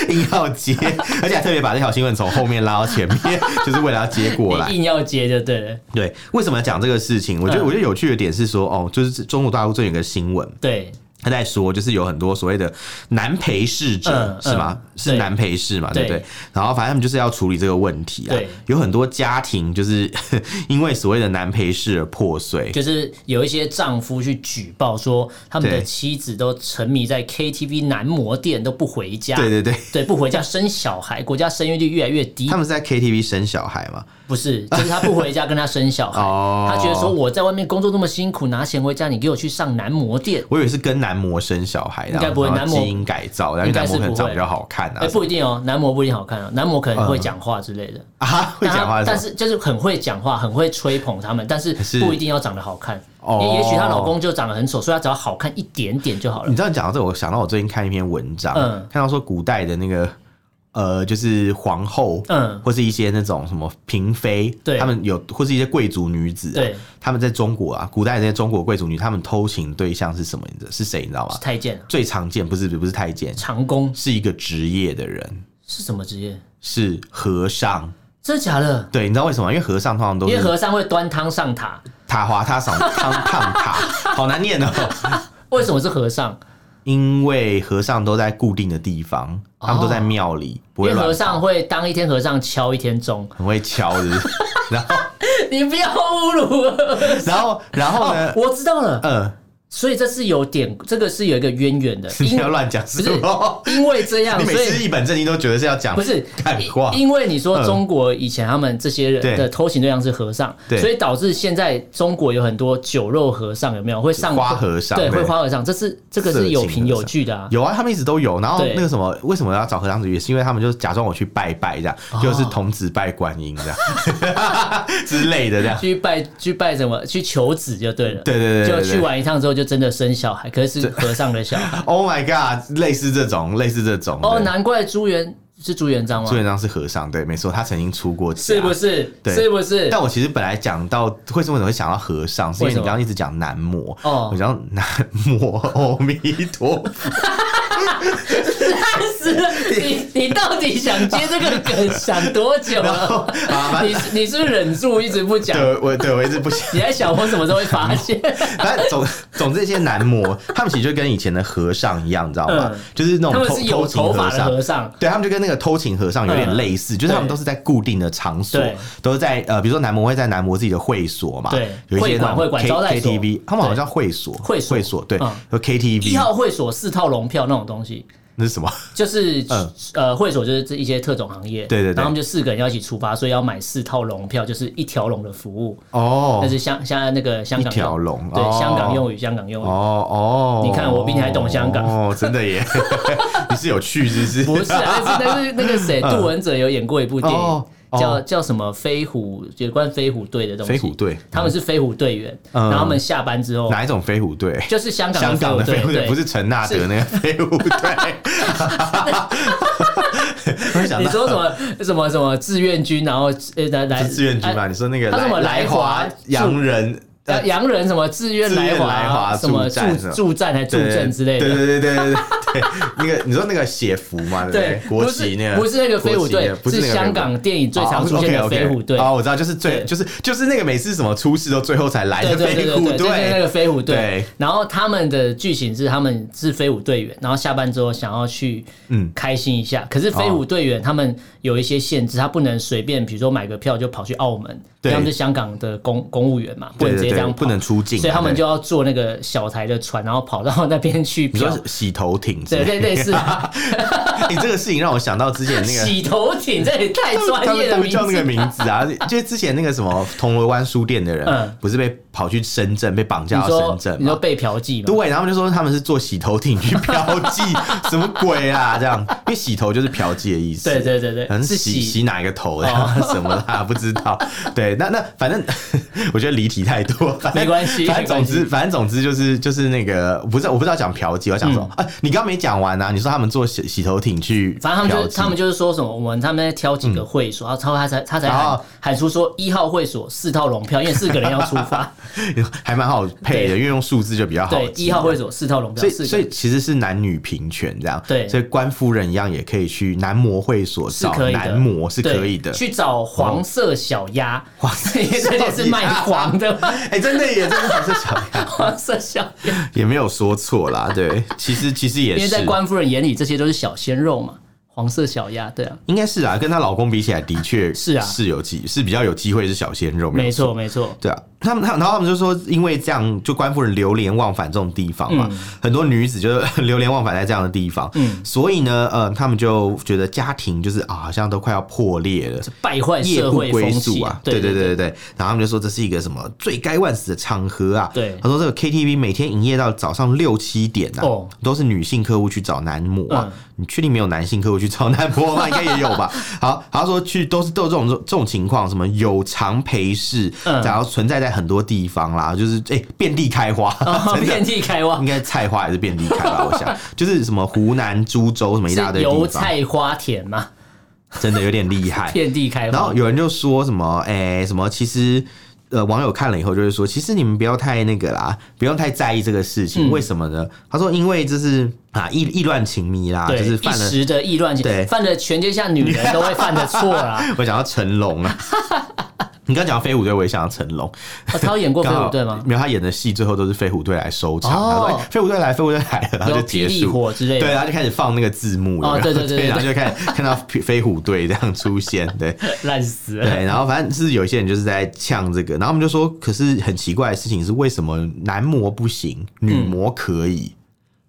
[SPEAKER 1] 硬要接，而且还特别把这条新闻从后面拉到前面， *laughs* 就是为了要接过来
[SPEAKER 2] 你。硬要接就对了。
[SPEAKER 1] 对，为什么要讲这个事情？我觉得，
[SPEAKER 2] 嗯
[SPEAKER 1] 我觉得有趣的点是说，哦，就是中国大陆最近有个新闻，
[SPEAKER 2] 对，
[SPEAKER 1] 他在说，就是有很多所谓的男陪侍者、
[SPEAKER 2] 嗯
[SPEAKER 1] 是吗？
[SPEAKER 2] 嗯
[SPEAKER 1] 是
[SPEAKER 2] 对
[SPEAKER 1] 男陪侍嘛，对不对？
[SPEAKER 2] 对
[SPEAKER 1] 然后反正他们就是要处理这个问题啊
[SPEAKER 2] 对。
[SPEAKER 1] 有很多家庭就是 *laughs* 因为所谓的男陪侍而破碎，
[SPEAKER 2] 就是有一些丈夫去举报说，他们的
[SPEAKER 1] 对
[SPEAKER 2] 妻子都沉迷在 KTV 男模店都不回家，
[SPEAKER 1] 对对对。
[SPEAKER 2] 对不回家生小
[SPEAKER 1] *laughs*
[SPEAKER 2] 孩，国家生育率越来越低
[SPEAKER 1] 他。们是在 KTV 生小孩嘛？
[SPEAKER 2] 不是，就是他不回家跟他生小孩，
[SPEAKER 1] *laughs* 哦
[SPEAKER 2] 他觉得说我在外面工作那么辛苦，拿钱回家，你给我去上男模店，
[SPEAKER 1] 我以为是跟男模生小孩，
[SPEAKER 2] 应该不会
[SPEAKER 1] 然后
[SPEAKER 2] 男模
[SPEAKER 1] 基因改造，然后
[SPEAKER 2] 应该
[SPEAKER 1] 男
[SPEAKER 2] 是
[SPEAKER 1] 模可能
[SPEAKER 2] 不
[SPEAKER 1] 长
[SPEAKER 2] 会
[SPEAKER 1] 比较好看啊
[SPEAKER 2] 哎、，不一定哦，男模不一定好看哦，男模可
[SPEAKER 1] 嗯
[SPEAKER 2] 能会讲话之类的，
[SPEAKER 1] 啊，会
[SPEAKER 2] 但他
[SPEAKER 1] 讲话什么
[SPEAKER 2] 但是就是很会讲话，很会吹捧他们，但是
[SPEAKER 1] 是
[SPEAKER 2] 不一定要长得好看，
[SPEAKER 1] 哦
[SPEAKER 2] 也也许她老公就长得很丑，所以她只要好看一点点就好了
[SPEAKER 1] 你。知道你讲到这个，我想到我最近看一篇文章，
[SPEAKER 2] 嗯
[SPEAKER 1] 看到说古代的那个呃，就是皇后，
[SPEAKER 2] 嗯
[SPEAKER 1] 或是一些那种什么嫔妃，
[SPEAKER 2] 对
[SPEAKER 1] 他们有或是一些贵族女子、啊，
[SPEAKER 2] 对，
[SPEAKER 1] 他们在中国啊，古代这些中国贵族女，他们偷情对象是什么？你知道是谁？你知道吗
[SPEAKER 2] 是？太监啊、
[SPEAKER 1] 最常见不是不是太监，
[SPEAKER 2] 长工
[SPEAKER 1] 是一个职业的人，
[SPEAKER 2] 是什么职业？
[SPEAKER 1] 是和尚。
[SPEAKER 2] 真的假的？
[SPEAKER 1] 对，你知道为什么？因为和尚通常都
[SPEAKER 2] 因为
[SPEAKER 1] 是
[SPEAKER 2] 和尚会端汤上塔，
[SPEAKER 1] 塔滑塔嗓汤烫
[SPEAKER 2] *laughs*
[SPEAKER 1] 塔，好难念哦。
[SPEAKER 2] 为什么是和尚？
[SPEAKER 1] 因为和尚都在固定的地方，他们都在庙里，不会
[SPEAKER 2] 哦因为
[SPEAKER 1] 乱
[SPEAKER 2] 和
[SPEAKER 1] 跑
[SPEAKER 2] 尚会当一天和尚敲一天钟。 *laughs*
[SPEAKER 1] 很会敲的。然后，
[SPEAKER 2] 你不要侮辱我。哦
[SPEAKER 1] 然后，然后呢？
[SPEAKER 2] 我知道了，
[SPEAKER 1] 呃，
[SPEAKER 2] 所以这是有典，这个是有一个渊源的。
[SPEAKER 1] 你 *laughs*
[SPEAKER 2] 因
[SPEAKER 1] 不要乱讲什
[SPEAKER 2] 不是
[SPEAKER 1] 么？
[SPEAKER 2] 因为这样，
[SPEAKER 1] *laughs* 你每
[SPEAKER 2] 哦所
[SPEAKER 1] 次
[SPEAKER 2] 以
[SPEAKER 1] 一本正经都觉得是要讲
[SPEAKER 2] 不是
[SPEAKER 1] *laughs* 干话
[SPEAKER 2] 因因为你说中国以前他们这些人
[SPEAKER 1] 对
[SPEAKER 2] 的偷情对象是和尚，
[SPEAKER 1] 对
[SPEAKER 2] 所以导致现在中国有很多酒肉和尚，有没有会上
[SPEAKER 1] 花和尚
[SPEAKER 2] 对，
[SPEAKER 1] 对
[SPEAKER 2] 会花和尚，这是这个是有凭有据的啊。
[SPEAKER 1] 有啊，他们一直都有。然后
[SPEAKER 2] 对
[SPEAKER 1] 那个什么，为什么要找和尚子？也是因为他们就是假装我去拜拜这样，
[SPEAKER 2] 哦
[SPEAKER 1] 就是童子拜观音这样 *laughs* 之类的这样。
[SPEAKER 2] 去拜去拜什么？去求子就对了。
[SPEAKER 1] 对对对对
[SPEAKER 2] 就
[SPEAKER 1] 对
[SPEAKER 2] 去玩一趟之后，就真的生小孩，可是是和尚的小
[SPEAKER 1] *laughs*
[SPEAKER 2] 孩。
[SPEAKER 1] Oh my god，类似这种，类似这种。
[SPEAKER 2] 哦，
[SPEAKER 1] 对
[SPEAKER 2] 难怪朱元是朱元璋吗
[SPEAKER 1] 朱？元璋是和尚，对，没错，他曾经出过家。
[SPEAKER 2] 是不是？
[SPEAKER 1] 对
[SPEAKER 2] 是不是？ *laughs*
[SPEAKER 1] 但我其实本来讲到为什么我会想到和尚，是因为
[SPEAKER 2] 为
[SPEAKER 1] 你
[SPEAKER 2] 什么
[SPEAKER 1] 刚刚一直讲男模，
[SPEAKER 2] 哦
[SPEAKER 1] 我讲男模，阿弥陀佛。
[SPEAKER 2] 烂死了！啊你你到底想接这个
[SPEAKER 1] *laughs*
[SPEAKER 2] 梗想多久
[SPEAKER 1] 然后
[SPEAKER 2] 了？
[SPEAKER 1] 啊，反
[SPEAKER 2] 你
[SPEAKER 1] 正
[SPEAKER 2] 你是不是忍住一直不讲？
[SPEAKER 1] 对我对我一直不
[SPEAKER 2] *laughs*
[SPEAKER 1] 想。
[SPEAKER 2] 你在想我什么时候会
[SPEAKER 1] *laughs*
[SPEAKER 2] 发现？
[SPEAKER 1] 反正总总之，这些男模他们其实就跟以前的和尚一样，你知道吗？
[SPEAKER 2] 嗯
[SPEAKER 1] 就是那
[SPEAKER 2] 他
[SPEAKER 1] 种
[SPEAKER 2] 们
[SPEAKER 1] 偷
[SPEAKER 2] 是有
[SPEAKER 1] 偷情
[SPEAKER 2] 头发
[SPEAKER 1] 和
[SPEAKER 2] 的
[SPEAKER 1] 尚嗯
[SPEAKER 2] 和。尚，
[SPEAKER 1] 对他们就跟那个偷情和尚有点
[SPEAKER 2] 嗯
[SPEAKER 1] 类似，就是他们
[SPEAKER 2] 对
[SPEAKER 1] 都是在固定的场所
[SPEAKER 2] 对，
[SPEAKER 1] 都是在呃，比如说男模会在男模自己的会所嘛，
[SPEAKER 2] 对
[SPEAKER 1] 有一些
[SPEAKER 2] 会馆
[SPEAKER 1] 那
[SPEAKER 2] 会
[SPEAKER 1] 种
[SPEAKER 2] 馆
[SPEAKER 1] K
[SPEAKER 2] 招待
[SPEAKER 1] K
[SPEAKER 2] 所
[SPEAKER 1] T V，他们好
[SPEAKER 2] 对
[SPEAKER 1] 像会所
[SPEAKER 2] 会所
[SPEAKER 1] 会所对
[SPEAKER 2] 嗯，
[SPEAKER 1] 和 K T
[SPEAKER 2] 一
[SPEAKER 1] V
[SPEAKER 2] 号会所四套龙票那种东西，
[SPEAKER 1] 那是什么？
[SPEAKER 2] 就是
[SPEAKER 1] 嗯
[SPEAKER 2] 呃会所就是这一些特种行业，
[SPEAKER 1] 对对对
[SPEAKER 2] 然后他们就四个人要一起出发，所以要买四套龙票，就是一条龙的服务。
[SPEAKER 1] 哦，
[SPEAKER 2] 但是香现在那个香港
[SPEAKER 1] 一条
[SPEAKER 2] 用
[SPEAKER 1] 龙
[SPEAKER 2] 对
[SPEAKER 1] 哦
[SPEAKER 2] 香港用语，香港用语。
[SPEAKER 1] 哦哦，
[SPEAKER 2] 你看我比你还懂香港
[SPEAKER 1] 哦，真的耶！ *laughs* 你是有去是不是？
[SPEAKER 2] 不
[SPEAKER 1] *laughs*
[SPEAKER 2] 是啊，但是但是那个谁，
[SPEAKER 1] 嗯
[SPEAKER 2] 杜文泽有演过一部电
[SPEAKER 1] 哦
[SPEAKER 2] 影，
[SPEAKER 1] 哦
[SPEAKER 2] 叫叫什么飞虎，有关飞虎队的东西。
[SPEAKER 1] 飞虎队
[SPEAKER 2] 他们是飞虎队员，
[SPEAKER 1] 嗯
[SPEAKER 2] 然后他们下班之后，
[SPEAKER 1] 哪一种飞虎队？
[SPEAKER 2] 就是香港
[SPEAKER 1] 香港的飞虎队
[SPEAKER 2] 对
[SPEAKER 1] 不是陈纳德那个飞虎队。我想
[SPEAKER 2] 你
[SPEAKER 1] 到
[SPEAKER 2] 说什么什么什么志愿军，然后呃来来
[SPEAKER 1] 是志愿军
[SPEAKER 2] 哎
[SPEAKER 1] 嘛？你说那个
[SPEAKER 2] 他是什么
[SPEAKER 1] 来
[SPEAKER 2] 来华
[SPEAKER 1] 洋人
[SPEAKER 2] 呃
[SPEAKER 1] 呃
[SPEAKER 2] 洋人什么志愿
[SPEAKER 1] 志愿来华
[SPEAKER 2] 华什么
[SPEAKER 1] 助战
[SPEAKER 2] 助助战还助阵之类
[SPEAKER 1] 对
[SPEAKER 2] 的。
[SPEAKER 1] 对对对对对，对那个你说那个写服嘛？对不
[SPEAKER 2] 对
[SPEAKER 1] 对，，国
[SPEAKER 2] 不
[SPEAKER 1] 旗
[SPEAKER 2] 是
[SPEAKER 1] 那个
[SPEAKER 2] 不是那个飞虎
[SPEAKER 1] 国旗那
[SPEAKER 2] 队
[SPEAKER 1] 个，不是
[SPEAKER 2] 是
[SPEAKER 1] 那个
[SPEAKER 2] 香港电影最常出现的飞虎队
[SPEAKER 1] 哦哦，OK，OK，OK 哦，我知道，就是最
[SPEAKER 2] 对
[SPEAKER 1] 就是就是那个每次什么出事都最后才来
[SPEAKER 2] 对
[SPEAKER 1] 的
[SPEAKER 2] 对对
[SPEAKER 1] 飞
[SPEAKER 2] 对
[SPEAKER 1] 虎
[SPEAKER 2] 对，就是那
[SPEAKER 1] 队，
[SPEAKER 2] 个飞虎队
[SPEAKER 1] 对。
[SPEAKER 2] 然后他们的剧情是他们是飞虎队员，然后下班之后想要去
[SPEAKER 1] 嗯
[SPEAKER 2] 开心一下。可是飞虎队员他们有一些限制，他不能随便，比如说买个票就跑去澳门，因为
[SPEAKER 1] 对
[SPEAKER 2] 他们是香港的公公务员嘛，不能直接这样跑
[SPEAKER 1] 不能出境啊，
[SPEAKER 2] 所以他们
[SPEAKER 1] 对
[SPEAKER 2] 就要坐那个小台的船，然后跑到那边去
[SPEAKER 1] *laughs* 你说
[SPEAKER 2] 漂
[SPEAKER 1] 是。洗头艇之
[SPEAKER 2] 对
[SPEAKER 1] 类的，*laughs*
[SPEAKER 2] 对类似啊
[SPEAKER 1] 你哎这个事情让我想到之前那个。
[SPEAKER 2] *laughs* 洗头艇，这也太
[SPEAKER 1] 他
[SPEAKER 2] 专
[SPEAKER 1] 们
[SPEAKER 2] 业的
[SPEAKER 1] 他们
[SPEAKER 2] 名
[SPEAKER 1] 叫那个
[SPEAKER 2] 字。
[SPEAKER 1] 名字啊，就是之前那个什么铜锣湾书店的人，
[SPEAKER 2] 嗯
[SPEAKER 1] 不是被跑去深圳，被绑
[SPEAKER 2] 你
[SPEAKER 1] 架到
[SPEAKER 2] 说
[SPEAKER 1] 深圳
[SPEAKER 2] 你说
[SPEAKER 1] 嘛？
[SPEAKER 2] 被嫖妓嘛？
[SPEAKER 1] 对，然后他们就说他们是坐洗头艇去嫖妓， *laughs* 什么鬼啊？这样，因为洗头就是嫖妓的意思。
[SPEAKER 2] 对对对对
[SPEAKER 1] 可能是
[SPEAKER 2] 是洗哦
[SPEAKER 1] 洗洗哪一个头的、什么啦，不知道。对，那那反正 *laughs* 我觉得离题太多，反正
[SPEAKER 2] 没关系
[SPEAKER 1] 反正
[SPEAKER 2] 没
[SPEAKER 1] 总
[SPEAKER 2] 关系
[SPEAKER 1] 之，反正总之就是就是那个，不是我不知道讲嫖妓，我想说，啊，你刚刚没讲完啊，你说他们坐洗洗头艇去，
[SPEAKER 2] 嗯反正他们
[SPEAKER 1] 嫖
[SPEAKER 2] 就
[SPEAKER 1] 妓
[SPEAKER 2] 他们就是说什么，我们他们在挑几
[SPEAKER 1] 嗯
[SPEAKER 2] 个会所，然后他他才他才
[SPEAKER 1] 然
[SPEAKER 2] 喊
[SPEAKER 1] 后
[SPEAKER 2] 喊出说一号会所四套龙票，因为四个人要出
[SPEAKER 1] *laughs*
[SPEAKER 2] 发。
[SPEAKER 1] 还蛮好配的，
[SPEAKER 2] 对
[SPEAKER 1] 因为用数字就比较好
[SPEAKER 2] 对，
[SPEAKER 1] 记
[SPEAKER 2] 一号会所四套龙
[SPEAKER 1] 所
[SPEAKER 2] 票，
[SPEAKER 1] 以，
[SPEAKER 2] 四
[SPEAKER 1] 所
[SPEAKER 2] 个
[SPEAKER 1] 以其实是男女平权这样。
[SPEAKER 2] 对
[SPEAKER 1] 所以官夫人一样也可以去男模会所
[SPEAKER 2] 是
[SPEAKER 1] 找
[SPEAKER 2] 可以的，
[SPEAKER 1] 男模是
[SPEAKER 2] 对
[SPEAKER 1] 可以的。哦
[SPEAKER 2] *laughs* 去找黄色小鸭，黄色这件是卖黄的吗，
[SPEAKER 1] 哎、真的
[SPEAKER 2] *laughs*
[SPEAKER 1] 耶，真的黄色小鸭
[SPEAKER 2] 黄色小鸭，
[SPEAKER 1] 也没有说错啦，对，其实其实也
[SPEAKER 2] 因为
[SPEAKER 1] 是
[SPEAKER 2] 在，官夫人眼里，这些都是小鲜肉嘛，黄色小鸭，对啊，
[SPEAKER 1] 应该是啊，跟她老公比起来，的确
[SPEAKER 2] 是啊
[SPEAKER 1] 是有机是比较有机会是小鲜肉，有
[SPEAKER 2] 没错没错，
[SPEAKER 1] 对啊，他们他然后他们就说，因为这样就官夫人流连忘返这种地方嘛，
[SPEAKER 2] 嗯
[SPEAKER 1] 很多女子就是 *laughs* 流连忘返在这样的地方，
[SPEAKER 2] 嗯
[SPEAKER 1] 所以呢，呃，他们就觉得家庭就是啊，好像都快要破裂了。
[SPEAKER 2] 败坏
[SPEAKER 1] 夜
[SPEAKER 2] 社
[SPEAKER 1] 不
[SPEAKER 2] 会
[SPEAKER 1] 归
[SPEAKER 2] 风
[SPEAKER 1] 宿
[SPEAKER 2] 气
[SPEAKER 1] 啊！
[SPEAKER 2] 对
[SPEAKER 1] 对
[SPEAKER 2] 对
[SPEAKER 1] 对对，然后他们就说这是一个什么罪该万死的场合啊！
[SPEAKER 2] 对
[SPEAKER 1] 他说这个 KTV 每天营业到早上六七点啊，
[SPEAKER 2] 哦
[SPEAKER 1] 都是女性客户去找男模啊
[SPEAKER 2] 嗯。
[SPEAKER 1] 你确定没有男性客户去找男模吗？应该也有
[SPEAKER 2] *laughs*
[SPEAKER 1] 吧。好，他说去都是都有这种这种情况，什么有偿陪侍，
[SPEAKER 2] 嗯
[SPEAKER 1] 然后存在在很多地方啦，就是哎、遍地开花，
[SPEAKER 2] 啊，
[SPEAKER 1] *laughs* 真的
[SPEAKER 2] *laughs* 遍地开
[SPEAKER 1] *laughs*
[SPEAKER 2] 花
[SPEAKER 1] 应，该菜花也是遍地开吧？我想就是什么湖南株洲什么一大
[SPEAKER 2] 是
[SPEAKER 1] 堆地
[SPEAKER 2] 油
[SPEAKER 1] 方，
[SPEAKER 2] 菜花田嘛，
[SPEAKER 1] 真的有点厉害。
[SPEAKER 2] *laughs* 遍地开
[SPEAKER 1] 然
[SPEAKER 2] 花
[SPEAKER 1] 后，有人就说什么，哎、什么其实。呃，网友看了以后就会说，其实你们不要太那个啦，不用太在意这个事情。
[SPEAKER 2] 嗯
[SPEAKER 1] 为什么呢？他说，因为就是啊，意意乱情迷啦，啊就
[SPEAKER 2] 对，
[SPEAKER 1] 是
[SPEAKER 2] 一
[SPEAKER 1] 犯了。
[SPEAKER 2] 时的意乱情
[SPEAKER 1] 对
[SPEAKER 2] 犯了全天下女人都会犯的
[SPEAKER 1] *laughs*
[SPEAKER 2] 错啦。
[SPEAKER 1] *laughs* 我想到成龙
[SPEAKER 2] *laughs*
[SPEAKER 1] 啊，你刚讲到飞虎队，我也想到成龙。
[SPEAKER 2] 哦他有演过飞
[SPEAKER 1] 刚好
[SPEAKER 2] 虎队吗？
[SPEAKER 1] 没有，他演的戏最后都是飞虎队来收场。
[SPEAKER 2] 哦
[SPEAKER 1] 他说：“哎飞虎队来，飞虎队来了。”然后
[SPEAKER 2] 有
[SPEAKER 1] 就
[SPEAKER 2] 霹
[SPEAKER 1] 结
[SPEAKER 2] 雳
[SPEAKER 1] 束。
[SPEAKER 2] 火之类
[SPEAKER 1] 对，
[SPEAKER 2] 的，
[SPEAKER 1] 然后就开始放那个字幕
[SPEAKER 2] 哦
[SPEAKER 1] 了，*laughs*
[SPEAKER 2] 对对对对
[SPEAKER 1] 然后就开始看到飞飞虎队这样出现，对，
[SPEAKER 2] 烂死了。
[SPEAKER 1] 对，然后反正是有一些人就是在呛这个，然后我们就说，可是很奇怪的事情是，为什么男模不行，女模可以？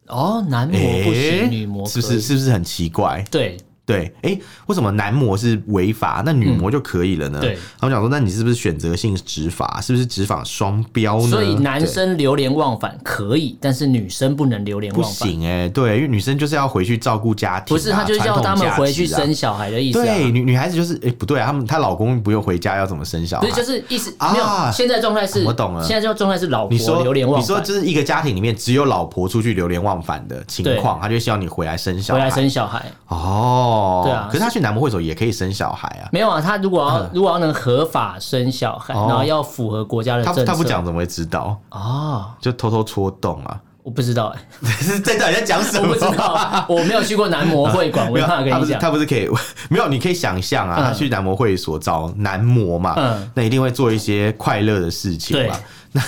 [SPEAKER 2] 哦，男模不
[SPEAKER 1] 诶
[SPEAKER 2] 行，嗯女模
[SPEAKER 1] 是不
[SPEAKER 2] 可以
[SPEAKER 1] 是？是不是很奇怪？
[SPEAKER 2] 对，
[SPEAKER 1] 对，哎、为什么男模是违法，那女模就可以了呢？
[SPEAKER 2] 嗯对
[SPEAKER 1] 他们讲说，那你是不是选择性执法？是不是执法双标呢？
[SPEAKER 2] 所以男
[SPEAKER 1] 对
[SPEAKER 2] 生流连忘返可以，但是女生不能流连
[SPEAKER 1] 不
[SPEAKER 2] 忘返。
[SPEAKER 1] 行哎、对，因为女生就是要回去照顾家庭啊、
[SPEAKER 2] 不是，他就是
[SPEAKER 1] 传
[SPEAKER 2] 叫
[SPEAKER 1] 统
[SPEAKER 2] 他们
[SPEAKER 1] 价
[SPEAKER 2] 回去
[SPEAKER 1] 值啊
[SPEAKER 2] 生小孩的意思啊。
[SPEAKER 1] 对，女女孩子就是哎、诶不对啊，他们她老公不用回家，要怎么生小孩？
[SPEAKER 2] 不是，就是意思
[SPEAKER 1] 啊
[SPEAKER 2] 没有。现在状态是，
[SPEAKER 1] 我懂了
[SPEAKER 2] 现在这个状态是老
[SPEAKER 1] 你说
[SPEAKER 2] 婆流连忘
[SPEAKER 1] 你说
[SPEAKER 2] 返，
[SPEAKER 1] 就是一个家庭里面只有老婆出去流连忘返的情况，他就希望你回来生小
[SPEAKER 2] 回
[SPEAKER 1] 孩。
[SPEAKER 2] 来生小孩。
[SPEAKER 1] 哦，
[SPEAKER 2] 对啊
[SPEAKER 1] 可是他去男模会所也可以生小孩啊，
[SPEAKER 2] 没有啊，他如果要如果要能合法生小孩，
[SPEAKER 1] 哦
[SPEAKER 2] 然后要符合国家的
[SPEAKER 1] 他
[SPEAKER 2] 政策，
[SPEAKER 1] 他不讲怎么会知道？
[SPEAKER 2] 哦，
[SPEAKER 1] 就偷偷戳洞
[SPEAKER 2] *laughs*
[SPEAKER 1] 啊！
[SPEAKER 2] 我不知道哎，
[SPEAKER 1] 是在到底在讲什
[SPEAKER 2] *laughs* 我
[SPEAKER 1] 么？
[SPEAKER 2] 不知道，我没有去过男模会馆，我
[SPEAKER 1] 没
[SPEAKER 2] 没
[SPEAKER 1] 有，
[SPEAKER 2] 办法
[SPEAKER 1] 他
[SPEAKER 2] 跟
[SPEAKER 1] 不
[SPEAKER 2] 你
[SPEAKER 1] 是
[SPEAKER 2] 讲。
[SPEAKER 1] 他不是可以 *laughs* 没有？你可以想象啊，
[SPEAKER 2] 嗯
[SPEAKER 1] 他去男模会所找男模嘛，
[SPEAKER 2] 嗯
[SPEAKER 1] 那一定会做一些快乐的事情嘛。 *laughs* 那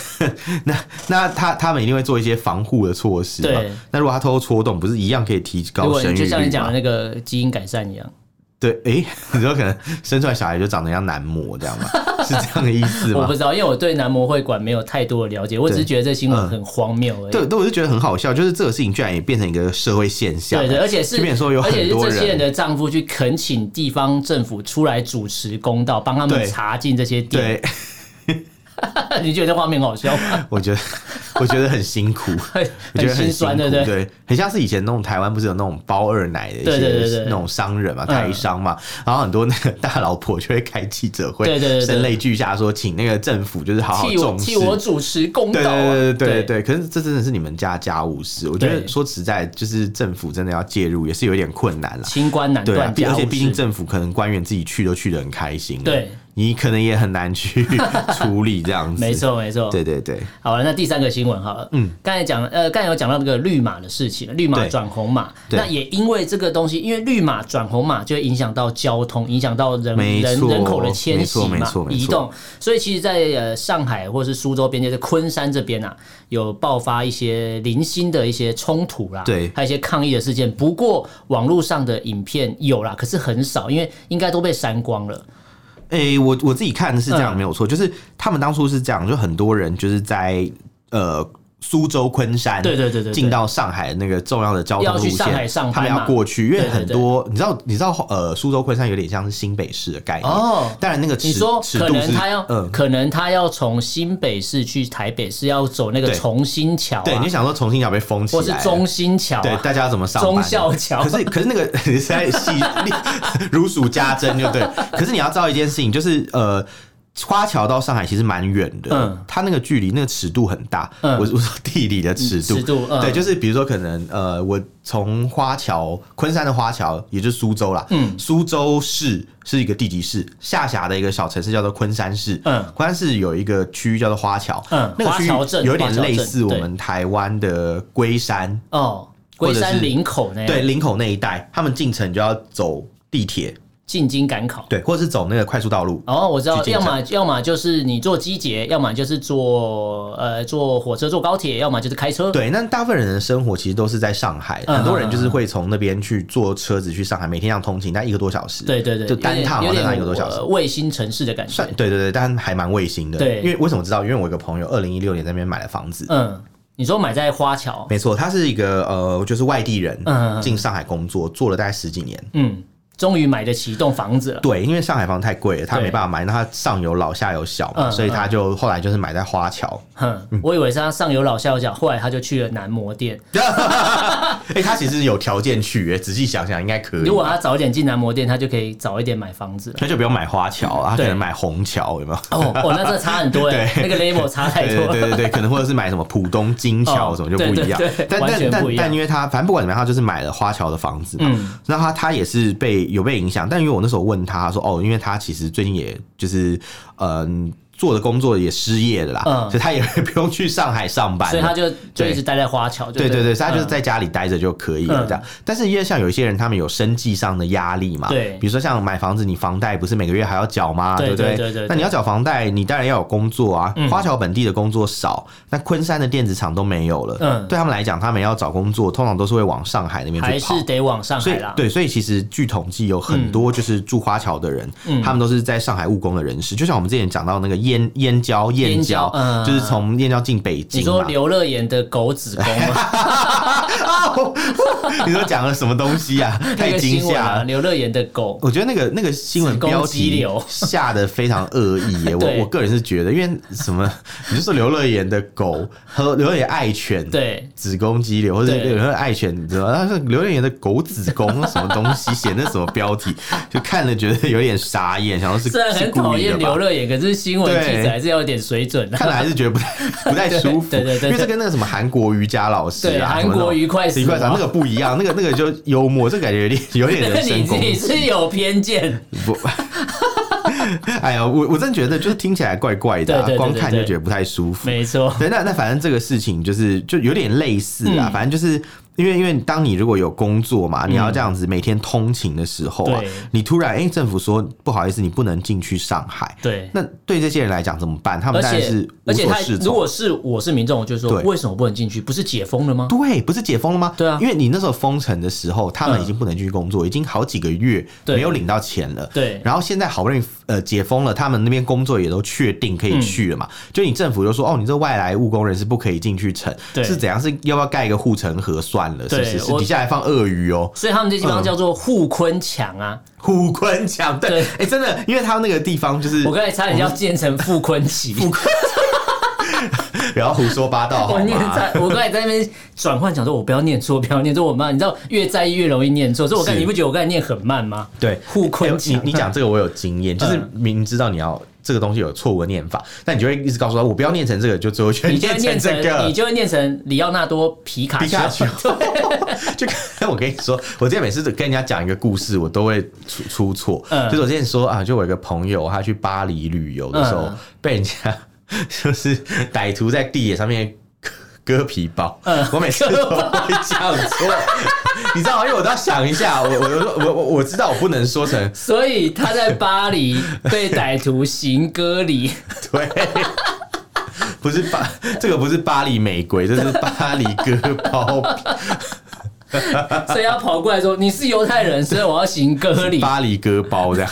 [SPEAKER 1] 那那他他们一定会做一些防护的措施嘛
[SPEAKER 2] 对。
[SPEAKER 1] 那如果他偷偷戳洞，不是一样可以提
[SPEAKER 2] 如
[SPEAKER 1] 高
[SPEAKER 2] 果
[SPEAKER 1] 生
[SPEAKER 2] 你
[SPEAKER 1] 育
[SPEAKER 2] 就
[SPEAKER 1] 率
[SPEAKER 2] 像你讲
[SPEAKER 1] 吗
[SPEAKER 2] 的那个基因改善一样，
[SPEAKER 1] 对，诶， *laughs* 你说可能生出来小孩就长得像男模这
[SPEAKER 2] *laughs*
[SPEAKER 1] 样吗？是这样的意思
[SPEAKER 2] 我
[SPEAKER 1] 吗
[SPEAKER 2] 不？知道，因为我对男模会馆没有太多的了解，我只是觉得这新闻很荒谬而
[SPEAKER 1] 嗯
[SPEAKER 2] 已。
[SPEAKER 1] 对，但我就觉得很好笑，就是这个事情居然也变成一个社会现象。欸
[SPEAKER 2] 对对，而且是
[SPEAKER 1] 即便说有
[SPEAKER 2] 而且
[SPEAKER 1] 很
[SPEAKER 2] 是
[SPEAKER 1] 多
[SPEAKER 2] 这些人
[SPEAKER 1] 人，
[SPEAKER 2] 的丈夫去恳请地方政府出来主持公道，帮他们
[SPEAKER 1] 对
[SPEAKER 2] 查禁这些店。
[SPEAKER 1] 对， *laughs*
[SPEAKER 2] *laughs* 你觉得这画面好笑吗？
[SPEAKER 1] 我觉得我觉得很辛苦，
[SPEAKER 2] 很
[SPEAKER 1] 我觉得
[SPEAKER 2] 心
[SPEAKER 1] 很辛
[SPEAKER 2] 酸，
[SPEAKER 1] 苦，
[SPEAKER 2] 对不
[SPEAKER 1] 对
[SPEAKER 2] 对？
[SPEAKER 1] 很像是以前那种台湾不是有那种包二奶的一
[SPEAKER 2] 对对对
[SPEAKER 1] 些
[SPEAKER 2] 对
[SPEAKER 1] 那种商人嘛，
[SPEAKER 2] 嗯
[SPEAKER 1] 台商嘛，然后很多那个大老婆就会开记者会，
[SPEAKER 2] 对对对对
[SPEAKER 1] 声泪俱下说，请那个政府就是好好
[SPEAKER 2] 替我
[SPEAKER 1] 重视
[SPEAKER 2] 替我主持公道
[SPEAKER 1] 对
[SPEAKER 2] 啊！
[SPEAKER 1] 对对对对对，可是这真的是你们家家务事，我觉得
[SPEAKER 2] 对
[SPEAKER 1] 说实在，就是政府真的要介入也是有点困难啦。
[SPEAKER 2] 清官难
[SPEAKER 1] 对啊
[SPEAKER 2] 断，家
[SPEAKER 1] 而
[SPEAKER 2] 务
[SPEAKER 1] 且
[SPEAKER 2] 事。
[SPEAKER 1] 毕竟政府可能官员自己去都去的很开心，
[SPEAKER 2] 对，
[SPEAKER 1] 你可能也很难去 *laughs* 处理这样子。
[SPEAKER 2] 没，错没错。
[SPEAKER 1] 对对对，
[SPEAKER 2] 好了，那第三个新闻好了，嗯，刚才讲呃，刚才有讲到那个绿码的事情，绿码
[SPEAKER 1] 对
[SPEAKER 2] 转红码，
[SPEAKER 1] 对
[SPEAKER 2] 那也因为这个东西，因为绿码转红码就会影响到交通，影响到人
[SPEAKER 1] 没
[SPEAKER 2] 人
[SPEAKER 1] 错
[SPEAKER 2] 人口的迁
[SPEAKER 1] 没
[SPEAKER 2] 徙
[SPEAKER 1] 错没
[SPEAKER 2] 嘛
[SPEAKER 1] 错，没错
[SPEAKER 2] 移动，所以其实在，呃上海或是苏州边界的昆山这边啊，有爆发一些零星的一些冲突啦，
[SPEAKER 1] 对
[SPEAKER 2] 还有一些抗议的事件。不过网络上的影片有啦，可是很少，因为应该都被删光了。
[SPEAKER 1] 诶、我我自己看是这样、
[SPEAKER 2] 嗯
[SPEAKER 1] 没有错，就是他们当初是这样，就很多人就是在呃。苏州昆山，
[SPEAKER 2] 对对对对对
[SPEAKER 1] 进到上海那个重要的交通
[SPEAKER 2] 要
[SPEAKER 1] 路
[SPEAKER 2] 去
[SPEAKER 1] 线，
[SPEAKER 2] 上海上班
[SPEAKER 1] 他们要
[SPEAKER 2] 嘛
[SPEAKER 1] 过去，因为
[SPEAKER 2] 对对
[SPEAKER 1] 很多你知道，你知道，呃，苏州昆山有点像是新北市的概念，
[SPEAKER 2] 哦
[SPEAKER 1] 当然那个
[SPEAKER 2] 你
[SPEAKER 1] 尺
[SPEAKER 2] 说
[SPEAKER 1] 尺
[SPEAKER 2] 可
[SPEAKER 1] 度
[SPEAKER 2] 能
[SPEAKER 1] 是，
[SPEAKER 2] 他要，
[SPEAKER 1] 嗯，
[SPEAKER 2] 可能他要从新北市去台北市，要走那个
[SPEAKER 1] 对
[SPEAKER 2] 重新桥、啊，
[SPEAKER 1] 对，你想说重庆桥被封起
[SPEAKER 2] 或
[SPEAKER 1] 来
[SPEAKER 2] 是
[SPEAKER 1] 了，
[SPEAKER 2] 中心桥、啊，
[SPEAKER 1] 对大家要怎么上班？
[SPEAKER 2] 忠孝桥
[SPEAKER 1] 可是可是那个 *laughs* 你是在戏如数家珍，就对。可是你要知道一件事情，就是呃。花桥到上海其实蛮远的，
[SPEAKER 2] 嗯
[SPEAKER 1] 它那个距离那个尺度很大。
[SPEAKER 2] 嗯
[SPEAKER 1] 我我说地理的尺度，
[SPEAKER 2] 尺度嗯
[SPEAKER 1] 对，就是比如说可能呃，我从花桥昆山的花桥，也就是苏州啦，
[SPEAKER 2] 嗯
[SPEAKER 1] 苏州市是一个地级市，下辖的一个小城市叫做昆山市，
[SPEAKER 2] 嗯
[SPEAKER 1] 昆山市有一个区域叫做花桥，
[SPEAKER 2] 嗯
[SPEAKER 1] 那个区
[SPEAKER 2] 花桥镇
[SPEAKER 1] 域有点
[SPEAKER 2] 花桥镇
[SPEAKER 1] 类似我
[SPEAKER 2] 对
[SPEAKER 1] 们台湾的龟山，
[SPEAKER 2] 哦，
[SPEAKER 1] 或者
[SPEAKER 2] 龟
[SPEAKER 1] 是
[SPEAKER 2] 山林口那样，
[SPEAKER 1] 对，林口那一带，他们进城就要走地铁。
[SPEAKER 2] 进京赶考。
[SPEAKER 1] 对，或者是走那个快速道路。
[SPEAKER 2] 哦，我知道，
[SPEAKER 1] 去
[SPEAKER 2] 要
[SPEAKER 1] 进
[SPEAKER 2] 么要么就是你坐机捷，要么就是坐呃坐火车、坐高铁，要么就是开车。
[SPEAKER 1] 对，那大部分人的生活其实都是在上海，
[SPEAKER 2] 嗯
[SPEAKER 1] 很多人就是会从那边去坐车子去上海，每天这样通勤，大概一个多小时。
[SPEAKER 2] 对对对，
[SPEAKER 1] 就单趟啊
[SPEAKER 2] 有
[SPEAKER 1] 好像
[SPEAKER 2] 点
[SPEAKER 1] 大概一
[SPEAKER 2] 有点
[SPEAKER 1] 个多小时
[SPEAKER 2] 呃。卫星城市的感觉
[SPEAKER 1] 算。对对对，但还蛮卫星的。
[SPEAKER 2] 对
[SPEAKER 1] 因为为什么知道？因为我有个朋友，二零一六年在那边买了房子，
[SPEAKER 2] 嗯，你说买在花桥，
[SPEAKER 1] 没错，他是一个呃，就是外地人
[SPEAKER 2] 嗯嗯嗯
[SPEAKER 1] 进上海工作，做了大概十几年。
[SPEAKER 2] 嗯，终于买得起一栋房子了。
[SPEAKER 1] 对，因为上海房太贵了，他
[SPEAKER 2] 对
[SPEAKER 1] 没办法买，那他上有老下有小嘛，
[SPEAKER 2] 嗯
[SPEAKER 1] 所以
[SPEAKER 2] 嗯
[SPEAKER 1] 他就后来就是买在花桥。
[SPEAKER 2] 哼，
[SPEAKER 1] 嗯
[SPEAKER 2] 我以为是他上有老下有小，后来他就去了男模店。
[SPEAKER 1] *laughs* 哎、他其实有条件去、欸，仔细想想应该可以。
[SPEAKER 2] 如果他早一点进男模店，他就可以早一点买房子了。
[SPEAKER 1] 他就不用买花桥，啊他可
[SPEAKER 2] 嗯对
[SPEAKER 1] 能买虹桥，有
[SPEAKER 2] *laughs*
[SPEAKER 1] 没有？
[SPEAKER 2] 哦，哦，那真的差很多哎，那个 level 差
[SPEAKER 1] *laughs*
[SPEAKER 2] 太
[SPEAKER 1] 对
[SPEAKER 2] 多
[SPEAKER 1] 对对
[SPEAKER 2] 了。
[SPEAKER 1] 对对，可能或者是买什么浦东金桥
[SPEAKER 2] 哦
[SPEAKER 1] 什么就不一样
[SPEAKER 2] 对对对，
[SPEAKER 1] 但
[SPEAKER 2] 完
[SPEAKER 1] 但
[SPEAKER 2] 全
[SPEAKER 1] 但
[SPEAKER 2] 不一样
[SPEAKER 1] 但因为他反正不管怎么样，他就是买了花桥的房子嘛
[SPEAKER 2] 嗯，
[SPEAKER 1] 那他他也是被有被影响，但因为我那时候问他他说哦，因为他其实最近也就是嗯做的工作也失业了啦，
[SPEAKER 2] 嗯
[SPEAKER 1] 所以他也 *laughs* 不用去上海上班了，
[SPEAKER 2] 所以他就就
[SPEAKER 1] 对
[SPEAKER 2] 一直待在花桥，
[SPEAKER 1] 对对
[SPEAKER 2] 对
[SPEAKER 1] 对，
[SPEAKER 2] 了
[SPEAKER 1] 所以他就是
[SPEAKER 2] 嗯
[SPEAKER 1] 在家里待着就可以了
[SPEAKER 2] 嗯
[SPEAKER 1] 这样。但是因为像有一些人，他们有生计上的压力嘛，
[SPEAKER 2] 对
[SPEAKER 1] 比如说像买房子，你房贷不是每个月还要缴吗？
[SPEAKER 2] 对
[SPEAKER 1] 不
[SPEAKER 2] 对对对对嗯
[SPEAKER 1] 那你要缴房贷，你当然要有工作啊。花桥本地的工作少，那昆山的电子厂都没有了。
[SPEAKER 2] 嗯
[SPEAKER 1] 对他们来讲，他们要找工作，通常都是会往上海那边
[SPEAKER 2] 还
[SPEAKER 1] 去跑
[SPEAKER 2] 是。得往上
[SPEAKER 1] 所以
[SPEAKER 2] 海啦。嗯
[SPEAKER 1] 对，所以其实据统计，有很多就是住花桥的人，他们都是在上海务工的人士。就像我们之前讲到那个燕燕郊，燕
[SPEAKER 2] 燕
[SPEAKER 1] 郊
[SPEAKER 2] 郊嗯
[SPEAKER 1] 就是从燕郊进北京
[SPEAKER 2] 你
[SPEAKER 1] 嘛。
[SPEAKER 2] 说刘乐言的狗子宫
[SPEAKER 1] *laughs*
[SPEAKER 2] 吗？
[SPEAKER 1] 你说讲了什么东西啊？
[SPEAKER 2] *laughs* 那
[SPEAKER 1] 太
[SPEAKER 2] 个
[SPEAKER 1] 惊
[SPEAKER 2] 新闻
[SPEAKER 1] 吓
[SPEAKER 2] 啊，
[SPEAKER 1] 了。
[SPEAKER 2] 刘乐言的狗，
[SPEAKER 1] 我觉得那个那个新闻
[SPEAKER 2] 子宫
[SPEAKER 1] 标
[SPEAKER 2] 肌
[SPEAKER 1] 题 *laughs*
[SPEAKER 2] 瘤
[SPEAKER 1] 下的非常恶意耶，我
[SPEAKER 2] 对
[SPEAKER 1] 我个人是觉得，因为什么， *laughs* 你就说刘乐言的狗和刘乐言爱犬，，
[SPEAKER 2] 对，
[SPEAKER 1] 子宫肌瘤或者
[SPEAKER 2] 对
[SPEAKER 1] 刘乐言爱犬，你知道，他说刘乐言的狗子宫什么东西， *laughs* 写那什么标题，就看了觉得有点傻眼，想说是
[SPEAKER 2] 虽然
[SPEAKER 1] 是
[SPEAKER 2] 很
[SPEAKER 1] 故
[SPEAKER 2] 讨
[SPEAKER 1] 意
[SPEAKER 2] 厌
[SPEAKER 1] 的
[SPEAKER 2] 刘
[SPEAKER 1] 吧。
[SPEAKER 2] 乐言，可是新闻记
[SPEAKER 1] 对
[SPEAKER 2] 者还是要有点水准啊的
[SPEAKER 1] 看。了还是觉得
[SPEAKER 2] *laughs*
[SPEAKER 1] 不太不太舒服，
[SPEAKER 2] 对对对对
[SPEAKER 1] 因为这跟那个什么韩国瑜伽老师
[SPEAKER 2] 对
[SPEAKER 1] 啊，
[SPEAKER 2] 韩
[SPEAKER 1] 什么那种
[SPEAKER 2] 国瑜快死
[SPEAKER 1] 愉快
[SPEAKER 2] 亡
[SPEAKER 1] 那个 *laughs* 不一样，那个那个就幽默，这感觉有点有点人
[SPEAKER 2] *laughs* 你
[SPEAKER 1] 身攻
[SPEAKER 2] 你
[SPEAKER 1] 击。
[SPEAKER 2] 是有偏见，
[SPEAKER 1] 不， *laughs* 哎呀，我我真的觉得就是听起来怪怪的、啊，
[SPEAKER 2] 对对对对
[SPEAKER 1] 光看就
[SPEAKER 2] 对
[SPEAKER 1] 觉得不太舒服。
[SPEAKER 2] 没错。
[SPEAKER 1] 对，那那反正这个事情就是就有点类似
[SPEAKER 2] 嗯
[SPEAKER 1] 啊，反正就是。因为因为当你如果有工作嘛，你要这样子每天通勤的时候啊，
[SPEAKER 2] 嗯对
[SPEAKER 1] 你突然哎、政府说不好意思，你不能进去上海，
[SPEAKER 2] 对，
[SPEAKER 1] *laughs* 那对这些人来讲怎么办？他
[SPEAKER 2] 而
[SPEAKER 1] 们当然
[SPEAKER 2] 且
[SPEAKER 1] 是无
[SPEAKER 2] 而且
[SPEAKER 1] 所
[SPEAKER 2] 他
[SPEAKER 1] 适
[SPEAKER 2] 如
[SPEAKER 1] 从。啊
[SPEAKER 2] 果是我是民众，我就说
[SPEAKER 1] 对
[SPEAKER 2] 为什么不能进去？不是解封了吗？
[SPEAKER 1] 对，不是解封了吗？
[SPEAKER 2] 对啊
[SPEAKER 1] 因为你那时候封城的时候，他们
[SPEAKER 2] 嗯
[SPEAKER 1] 已经不能去工作，已经好几个月
[SPEAKER 2] 对
[SPEAKER 1] 没有领到钱了。
[SPEAKER 2] 对
[SPEAKER 1] 然后现在好不容易呃解封了，他们那边工作也都确定可以去了嘛？
[SPEAKER 2] 嗯
[SPEAKER 1] 就你政府就说哦，你这外来务工人是不可以进去城，
[SPEAKER 2] 对
[SPEAKER 1] 是怎样？是要不要盖一个护城河算了？是
[SPEAKER 2] 对
[SPEAKER 1] 不是？是
[SPEAKER 2] 我
[SPEAKER 1] 底下还放鳄鱼哦， *laughs*
[SPEAKER 2] 所以他们这地方叫做护坤墙啊。
[SPEAKER 1] 虎坤墙对，
[SPEAKER 2] 对
[SPEAKER 1] 哎、真的，因为他们那个地方就是
[SPEAKER 2] 我刚才差点要建成傅
[SPEAKER 1] *laughs*
[SPEAKER 2] 坤奇，
[SPEAKER 1] 不要胡说八道好
[SPEAKER 2] *laughs* 我念
[SPEAKER 1] 吗？
[SPEAKER 2] 在，我刚才在那边转换，讲说我不要念错，不要念错，我慢。你知道越在意越容易念错，所以我刚才
[SPEAKER 1] 是
[SPEAKER 2] 你不觉得我刚才念很慢吗？
[SPEAKER 1] 对，
[SPEAKER 2] 互困
[SPEAKER 1] 哎你
[SPEAKER 2] 墙
[SPEAKER 1] 你讲这个我有经验，就是
[SPEAKER 2] 嗯
[SPEAKER 1] 明知道你要这个东西有错误的念法，那你就会一直告诉他我不要念成这个，就最后全 *laughs*
[SPEAKER 2] 你就会念
[SPEAKER 1] 成这个
[SPEAKER 2] 你。就会念成里奥纳多皮卡
[SPEAKER 1] 皮卡
[SPEAKER 2] 丘
[SPEAKER 1] 丘。， *laughs* 就跟我跟你说，我之前每次跟人家讲一个故事，我都会出出错。
[SPEAKER 2] 嗯
[SPEAKER 1] 就是我之前说啊，就我有一个朋友，他去巴黎旅游的时候，
[SPEAKER 2] 嗯
[SPEAKER 1] 被人家 *laughs* 就是歹徒在地铁上面割割皮包。
[SPEAKER 2] 嗯
[SPEAKER 1] 我每次都会讲
[SPEAKER 2] *laughs*
[SPEAKER 1] 错，你知道吗？因为我都要想一下，我我我我我知道我不能说成
[SPEAKER 2] 所以他在巴黎被歹徒行
[SPEAKER 1] *laughs*
[SPEAKER 2] 割礼，
[SPEAKER 1] 对，不是巴，这个不是巴黎玫瑰，这是巴黎割
[SPEAKER 2] *laughs*
[SPEAKER 1] 包皮，
[SPEAKER 2] 所以他跑过来说：“你是犹太人，所以我要行割礼。
[SPEAKER 1] 巴黎割包这样。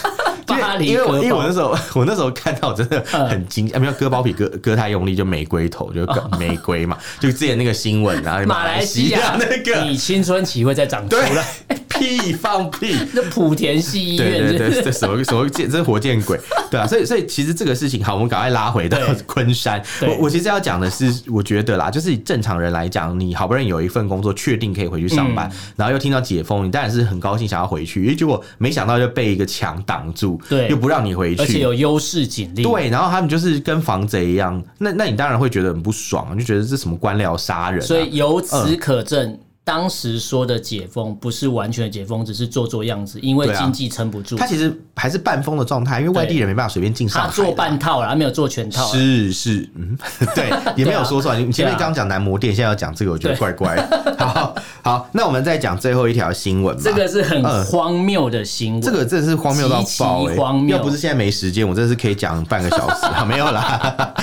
[SPEAKER 1] 因为
[SPEAKER 2] *laughs* 巴黎
[SPEAKER 1] 因为我
[SPEAKER 2] 割包嗯
[SPEAKER 1] 因为我那时候我那时候看到我真的很惊，啊，没有割包皮割割太用力就玫瑰头，
[SPEAKER 2] *laughs*
[SPEAKER 1] 就割玫瑰嘛，就之前那个新闻啊，”
[SPEAKER 2] 马
[SPEAKER 1] 来
[SPEAKER 2] 来西亚
[SPEAKER 1] 那个
[SPEAKER 2] 你青春期会再长出
[SPEAKER 1] 对
[SPEAKER 2] 来。
[SPEAKER 1] *laughs* 屁放屁，
[SPEAKER 2] 那莆田系医
[SPEAKER 1] 对
[SPEAKER 2] 院
[SPEAKER 1] 对
[SPEAKER 2] 是
[SPEAKER 1] 对，这什么什么见，这是火箭鬼，对啊，所以所以其实这个事情，好，我们赶快拉回到
[SPEAKER 2] 对
[SPEAKER 1] *laughs* 昆山。
[SPEAKER 2] 对
[SPEAKER 1] 我我其实要讲的是，我觉得啦，就是正常人来讲，你好不容易有一份工作，确定可以回去上班，
[SPEAKER 2] 嗯
[SPEAKER 1] 然后又听到解封，你当然是很高兴想要回去，因为结果没想到就被一个墙挡住，
[SPEAKER 2] 对
[SPEAKER 1] 又不让你回
[SPEAKER 2] 而且
[SPEAKER 1] 去。
[SPEAKER 2] 有优势警力。
[SPEAKER 1] 对，然后他们就是跟防贼一样，那那你当然会觉得很不爽，就觉得这什么官僚杀人、啊，
[SPEAKER 2] 所以由此可证，当时说的解封不是完全的解封，只是做做样子，因为
[SPEAKER 1] 对啊
[SPEAKER 2] 经济撑不住。
[SPEAKER 1] 他其实还是半封的状态，因为外地人没办法随便进上
[SPEAKER 2] 他
[SPEAKER 1] 海的。
[SPEAKER 2] 做半套啦，他没有做全套啦。
[SPEAKER 1] 是是，
[SPEAKER 2] *laughs*
[SPEAKER 1] 嗯，对，也没有说错。你前面
[SPEAKER 2] 啊
[SPEAKER 1] 刚刚讲男模店，现在要讲这个，我觉得怪怪。
[SPEAKER 2] *laughs*
[SPEAKER 1] 好好，那我们再讲最后一条新闻吧。
[SPEAKER 2] 这个是很荒谬的行为。
[SPEAKER 1] 嗯这个真的是荒谬到爆、
[SPEAKER 2] 极
[SPEAKER 1] 欸！
[SPEAKER 2] 其荒谬
[SPEAKER 1] 要不是现在没时间，我真的是可以讲半个小时啊， *laughs* 没有啦。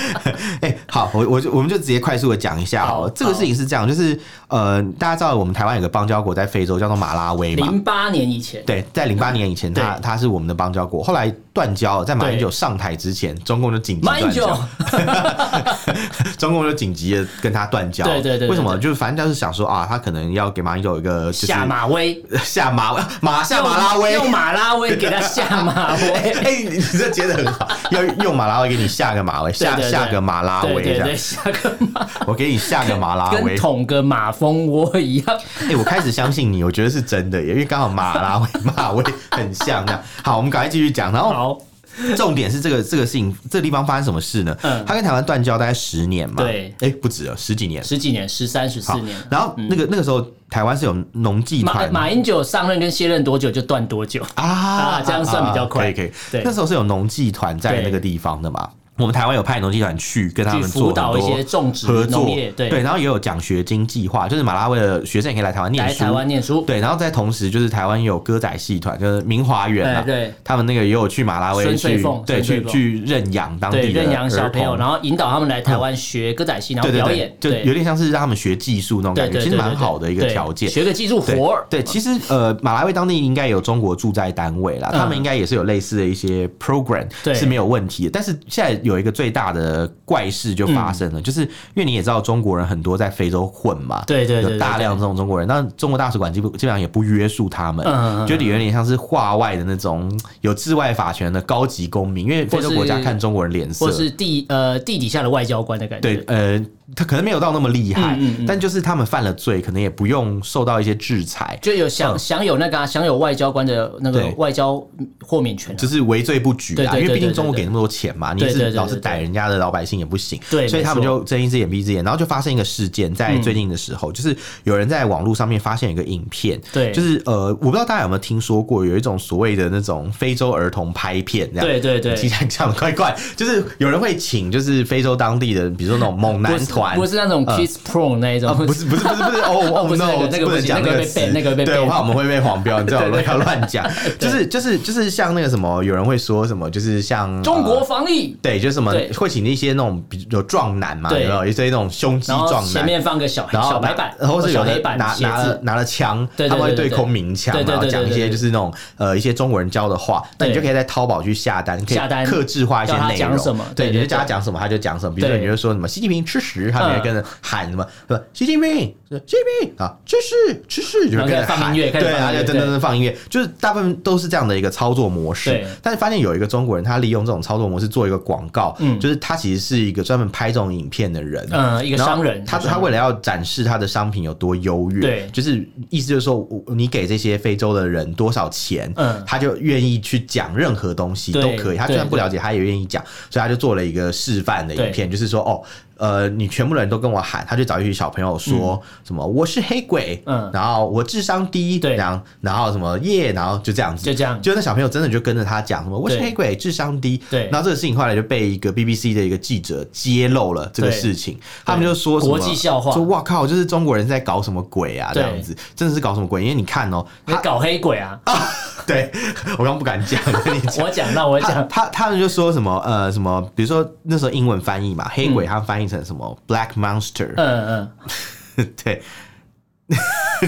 [SPEAKER 1] 哎、好，我我就我们就直接快速的讲一下好了。
[SPEAKER 2] 好
[SPEAKER 1] 这个事情是这样，就是呃，大家知道我们台湾有个邦交国在非洲叫做马拉维嘛，
[SPEAKER 2] 零八年以前，
[SPEAKER 1] 对，在零八年以前，
[SPEAKER 2] 对
[SPEAKER 1] 他他是我们的邦交国，后来断交了。在马英九上台之前，中共就紧急
[SPEAKER 2] 马英
[SPEAKER 1] 断
[SPEAKER 2] 九
[SPEAKER 1] 交， *laughs* 中共就紧急的跟他断交。
[SPEAKER 2] 对对对对
[SPEAKER 1] 为什么？
[SPEAKER 2] 对
[SPEAKER 1] 就是反正就是想说啊，他可能要给马英九一个就是
[SPEAKER 2] 下马威，
[SPEAKER 1] 下马马下马拉威。
[SPEAKER 2] 用马拉威给他下马威。
[SPEAKER 1] *laughs* 哎、你这接的很好，要用马拉威给你下个马威，下
[SPEAKER 2] 对对对
[SPEAKER 1] 下个马拉
[SPEAKER 2] 对
[SPEAKER 1] 威这
[SPEAKER 2] 对
[SPEAKER 1] 样
[SPEAKER 2] 对，，下个马，
[SPEAKER 1] 我给你下个马拉
[SPEAKER 2] 跟
[SPEAKER 1] 威。
[SPEAKER 2] 捅个马蜂窝一样。
[SPEAKER 1] 哎、我开始相信你，我觉得是真的耶，因为刚好马拉
[SPEAKER 2] *laughs*
[SPEAKER 1] 威马威很像这样。好，我们赶快继续讲，然后
[SPEAKER 2] 好，
[SPEAKER 1] 重点是这个这个事情，这个地方发生什么事呢？
[SPEAKER 2] 嗯
[SPEAKER 1] 他跟台湾断交大概十年嘛，
[SPEAKER 2] 对
[SPEAKER 1] 哎、不止了，十几年。
[SPEAKER 2] 十几年，十三、十
[SPEAKER 1] 好
[SPEAKER 2] 四年。
[SPEAKER 1] 然后那个、那个时候，台湾是有农技
[SPEAKER 2] 马
[SPEAKER 1] 团
[SPEAKER 2] 马英九上任跟卸任多久就断多久？
[SPEAKER 1] 啊
[SPEAKER 2] 啊这样算比较
[SPEAKER 1] 啊
[SPEAKER 2] 快
[SPEAKER 1] 啊可以可
[SPEAKER 2] 对
[SPEAKER 1] 以。那时候是有农技团在那个地方的嘛。我们台湾有派农技团去跟他
[SPEAKER 2] 去
[SPEAKER 1] 们做
[SPEAKER 2] 辅
[SPEAKER 1] 很
[SPEAKER 2] 导一
[SPEAKER 1] 多
[SPEAKER 2] 些种植
[SPEAKER 1] 合作
[SPEAKER 2] 农业，，对，
[SPEAKER 1] 然后也有奖学金计划，就是马拉维的学生也可以来台湾念
[SPEAKER 2] 来
[SPEAKER 1] 书
[SPEAKER 2] 台。湾念书，
[SPEAKER 1] 对，然后在同时就是台湾有歌仔戏团，就是明华园啊，
[SPEAKER 2] 对对
[SPEAKER 1] 他们那个也有去马拉维
[SPEAKER 2] 孙翠
[SPEAKER 1] 去
[SPEAKER 2] 凤，
[SPEAKER 1] 对，
[SPEAKER 2] 孙翠
[SPEAKER 1] 去
[SPEAKER 2] 凤
[SPEAKER 1] 去认养当
[SPEAKER 2] 对
[SPEAKER 1] 地的
[SPEAKER 2] 认养小朋友，
[SPEAKER 1] 儿童
[SPEAKER 2] 然后引导他们来台湾学歌仔戏，然后
[SPEAKER 1] 对对
[SPEAKER 2] 表
[SPEAKER 1] 对
[SPEAKER 2] 演，
[SPEAKER 1] 就
[SPEAKER 2] 对
[SPEAKER 1] 有点像是让他们学技术那种
[SPEAKER 2] 对
[SPEAKER 1] 感觉，
[SPEAKER 2] 对，
[SPEAKER 1] 其实
[SPEAKER 2] 对
[SPEAKER 1] 蛮
[SPEAKER 2] 对
[SPEAKER 1] 好的一个
[SPEAKER 2] 对
[SPEAKER 1] 条件。
[SPEAKER 2] 学个技术
[SPEAKER 1] 对
[SPEAKER 2] 活儿，
[SPEAKER 1] 对，其实呃，马来维当地应该有中国驻在单位啦，
[SPEAKER 2] 嗯
[SPEAKER 1] 他们应该也是有类似的一些 program，
[SPEAKER 2] 对
[SPEAKER 1] 是没有问题的。但是现在有一个最大的怪事就发
[SPEAKER 2] 嗯
[SPEAKER 1] 生了，就是因为你也知道中国人很多在非洲混嘛，
[SPEAKER 2] 对对对
[SPEAKER 1] 有大
[SPEAKER 2] 对对
[SPEAKER 1] 量这种中国人，那中国大使馆基本基本上也不约束他们
[SPEAKER 2] 嗯嗯嗯，
[SPEAKER 1] 觉得有点像是化外的那种有治外法权的高级公民，因为非洲国家
[SPEAKER 2] 或是
[SPEAKER 1] 看中国人脸色，
[SPEAKER 2] 或是地呃地底下的外交官的感觉，
[SPEAKER 1] 对，呃，他可能没有到那么厉害，
[SPEAKER 2] 嗯嗯嗯
[SPEAKER 1] 但就是他们犯了罪，可能也不用受到一些制裁，
[SPEAKER 2] 就有享、
[SPEAKER 1] 嗯
[SPEAKER 2] 享有那个、啊、享有外交官的那个
[SPEAKER 1] 对
[SPEAKER 2] 外交豁免权、啊，
[SPEAKER 1] 就是为罪不举
[SPEAKER 2] 对对
[SPEAKER 1] 啊，
[SPEAKER 2] 对
[SPEAKER 1] 因为毕
[SPEAKER 2] 对
[SPEAKER 1] 竟
[SPEAKER 2] 对
[SPEAKER 1] 中国
[SPEAKER 2] 对
[SPEAKER 1] 给那么多钱嘛，你
[SPEAKER 2] 对
[SPEAKER 1] 一
[SPEAKER 2] 对
[SPEAKER 1] 直
[SPEAKER 2] 对
[SPEAKER 1] 老是
[SPEAKER 2] 对
[SPEAKER 1] 逮人家的老百姓也不行，
[SPEAKER 2] 对
[SPEAKER 1] 所以
[SPEAKER 2] 没
[SPEAKER 1] 他们
[SPEAKER 2] 错
[SPEAKER 1] 就睁一只眼闭一只眼，然后就发生一个事件，在最近的时候，就是有人在网络上面发现一个影片，
[SPEAKER 2] 嗯对
[SPEAKER 1] 就是呃，我不知道大家有没有听说过，有一种所谓的那种非洲儿童拍片，这样
[SPEAKER 2] 对对对
[SPEAKER 1] 听起来像怪怪，就是有人会请就是非洲当地的，比如说那种猛男
[SPEAKER 2] 不是
[SPEAKER 1] 团，
[SPEAKER 2] 不是那种
[SPEAKER 1] 嗯
[SPEAKER 2] kiss pro 那一种，
[SPEAKER 1] 啊， *laughs* 不是不是不是不是哦哦
[SPEAKER 2] 不是
[SPEAKER 1] no，
[SPEAKER 2] 那个那
[SPEAKER 1] 不
[SPEAKER 2] 个不
[SPEAKER 1] 能
[SPEAKER 2] 行
[SPEAKER 1] 讲
[SPEAKER 2] 那个
[SPEAKER 1] 个
[SPEAKER 2] 被
[SPEAKER 1] 词
[SPEAKER 2] ban，那个被
[SPEAKER 1] 对，
[SPEAKER 2] ban
[SPEAKER 1] 我怕我们会被黄标，你
[SPEAKER 2] *laughs*
[SPEAKER 1] 最好不要乱讲。就是就是就是像那个什么，有人会说什么，就是像
[SPEAKER 2] 中国
[SPEAKER 1] 呃
[SPEAKER 2] 防疫，
[SPEAKER 1] 对，就是什么
[SPEAKER 2] 对
[SPEAKER 1] 会请一些那种比有壮男嘛，有
[SPEAKER 2] 对
[SPEAKER 1] 没有一些那种胸肌
[SPEAKER 2] 然后
[SPEAKER 1] 啊壮
[SPEAKER 2] 前
[SPEAKER 1] 男？
[SPEAKER 2] 面放个小
[SPEAKER 1] 然后
[SPEAKER 2] 小白板，
[SPEAKER 1] 然后是有
[SPEAKER 2] 小
[SPEAKER 1] 的
[SPEAKER 2] 黑板
[SPEAKER 1] 拿
[SPEAKER 2] 写
[SPEAKER 1] 拿了
[SPEAKER 2] 字，
[SPEAKER 1] 拿了枪，
[SPEAKER 2] 对对对
[SPEAKER 1] 他们会
[SPEAKER 2] 对
[SPEAKER 1] 对
[SPEAKER 2] 对
[SPEAKER 1] 空鸣枪，
[SPEAKER 2] 对对
[SPEAKER 1] 然后
[SPEAKER 2] 对对
[SPEAKER 1] 讲一
[SPEAKER 2] 对对
[SPEAKER 1] 些就是那种呃一些中国人教的话，那你就
[SPEAKER 2] 对
[SPEAKER 1] 可以在淘宝去下单，可以
[SPEAKER 2] 下单
[SPEAKER 1] 克制化一些
[SPEAKER 2] 叫他
[SPEAKER 1] 内容
[SPEAKER 2] 讲什么，
[SPEAKER 1] 对，
[SPEAKER 2] 对
[SPEAKER 1] 你就
[SPEAKER 2] 对
[SPEAKER 1] 叫他
[SPEAKER 2] 对
[SPEAKER 1] 讲什么他就讲什么，比如说
[SPEAKER 2] 对
[SPEAKER 1] 你就说什么习近平吃屎，他们也
[SPEAKER 2] 嗯
[SPEAKER 1] 跟着喊什么什么习近平习近平啊吃屎吃屎，就
[SPEAKER 2] 然后
[SPEAKER 1] 跟
[SPEAKER 2] 开
[SPEAKER 1] 着
[SPEAKER 2] 始放
[SPEAKER 1] 喊
[SPEAKER 2] 音乐开始
[SPEAKER 1] 对，
[SPEAKER 2] 放
[SPEAKER 1] 然后
[SPEAKER 2] 音
[SPEAKER 1] 就
[SPEAKER 2] 乐
[SPEAKER 1] 噔噔噔放音乐，就是大部分都是这样的一个操作模式
[SPEAKER 2] 对。
[SPEAKER 1] 但是发现有一个中国人，他利用这种操作模式做一个广告，
[SPEAKER 2] 嗯
[SPEAKER 1] 就是他其实是一个专门拍这种影片的人，
[SPEAKER 2] 嗯，一个
[SPEAKER 1] 然后
[SPEAKER 2] 商人，
[SPEAKER 1] 他
[SPEAKER 2] 一个商
[SPEAKER 1] 他
[SPEAKER 2] 人
[SPEAKER 1] 为了要展示他的商品有多优越，
[SPEAKER 2] 对
[SPEAKER 1] 就是意思就是说，我你给这些非洲的人多少钱，
[SPEAKER 2] 嗯
[SPEAKER 1] 他就愿意去讲任何东西
[SPEAKER 2] 对
[SPEAKER 1] 都可以。他
[SPEAKER 2] 对
[SPEAKER 1] 虽然不了解，他也愿意讲，所以他就做了一个示范的影片，就是说，哦，呃，你全部人都跟我喊，他就找一群小朋友说什么我是黑鬼，
[SPEAKER 2] 嗯
[SPEAKER 1] 然后我智商低，
[SPEAKER 2] 对
[SPEAKER 1] 然后然后什么耶，然后就这样子，
[SPEAKER 2] 就这样
[SPEAKER 1] 就那小朋友真的就跟着他讲什么我是
[SPEAKER 2] 对
[SPEAKER 1] 黑鬼，智商低，
[SPEAKER 2] 对
[SPEAKER 1] 然后这个事情后来就被一个 BBC 的一个记者揭露了这个
[SPEAKER 2] 对
[SPEAKER 1] 事情，他们就说什么
[SPEAKER 2] 国际笑话
[SPEAKER 1] 说哇靠，就是中国人在搞什么鬼啊？这
[SPEAKER 2] 对
[SPEAKER 1] 样子真的是搞什么鬼？因为你看哦、
[SPEAKER 2] 你搞黑鬼啊！
[SPEAKER 1] *laughs* 对我刚不敢讲，跟你讲。
[SPEAKER 2] 我讲， *laughs* 那我
[SPEAKER 1] 他
[SPEAKER 2] 讲，
[SPEAKER 1] 他他们就说什么呃什么，比如说那时候英文翻译嘛，黑鬼
[SPEAKER 2] 嗯
[SPEAKER 1] 他翻译成什么 black monster，、
[SPEAKER 2] 嗯嗯，
[SPEAKER 1] *laughs* 对，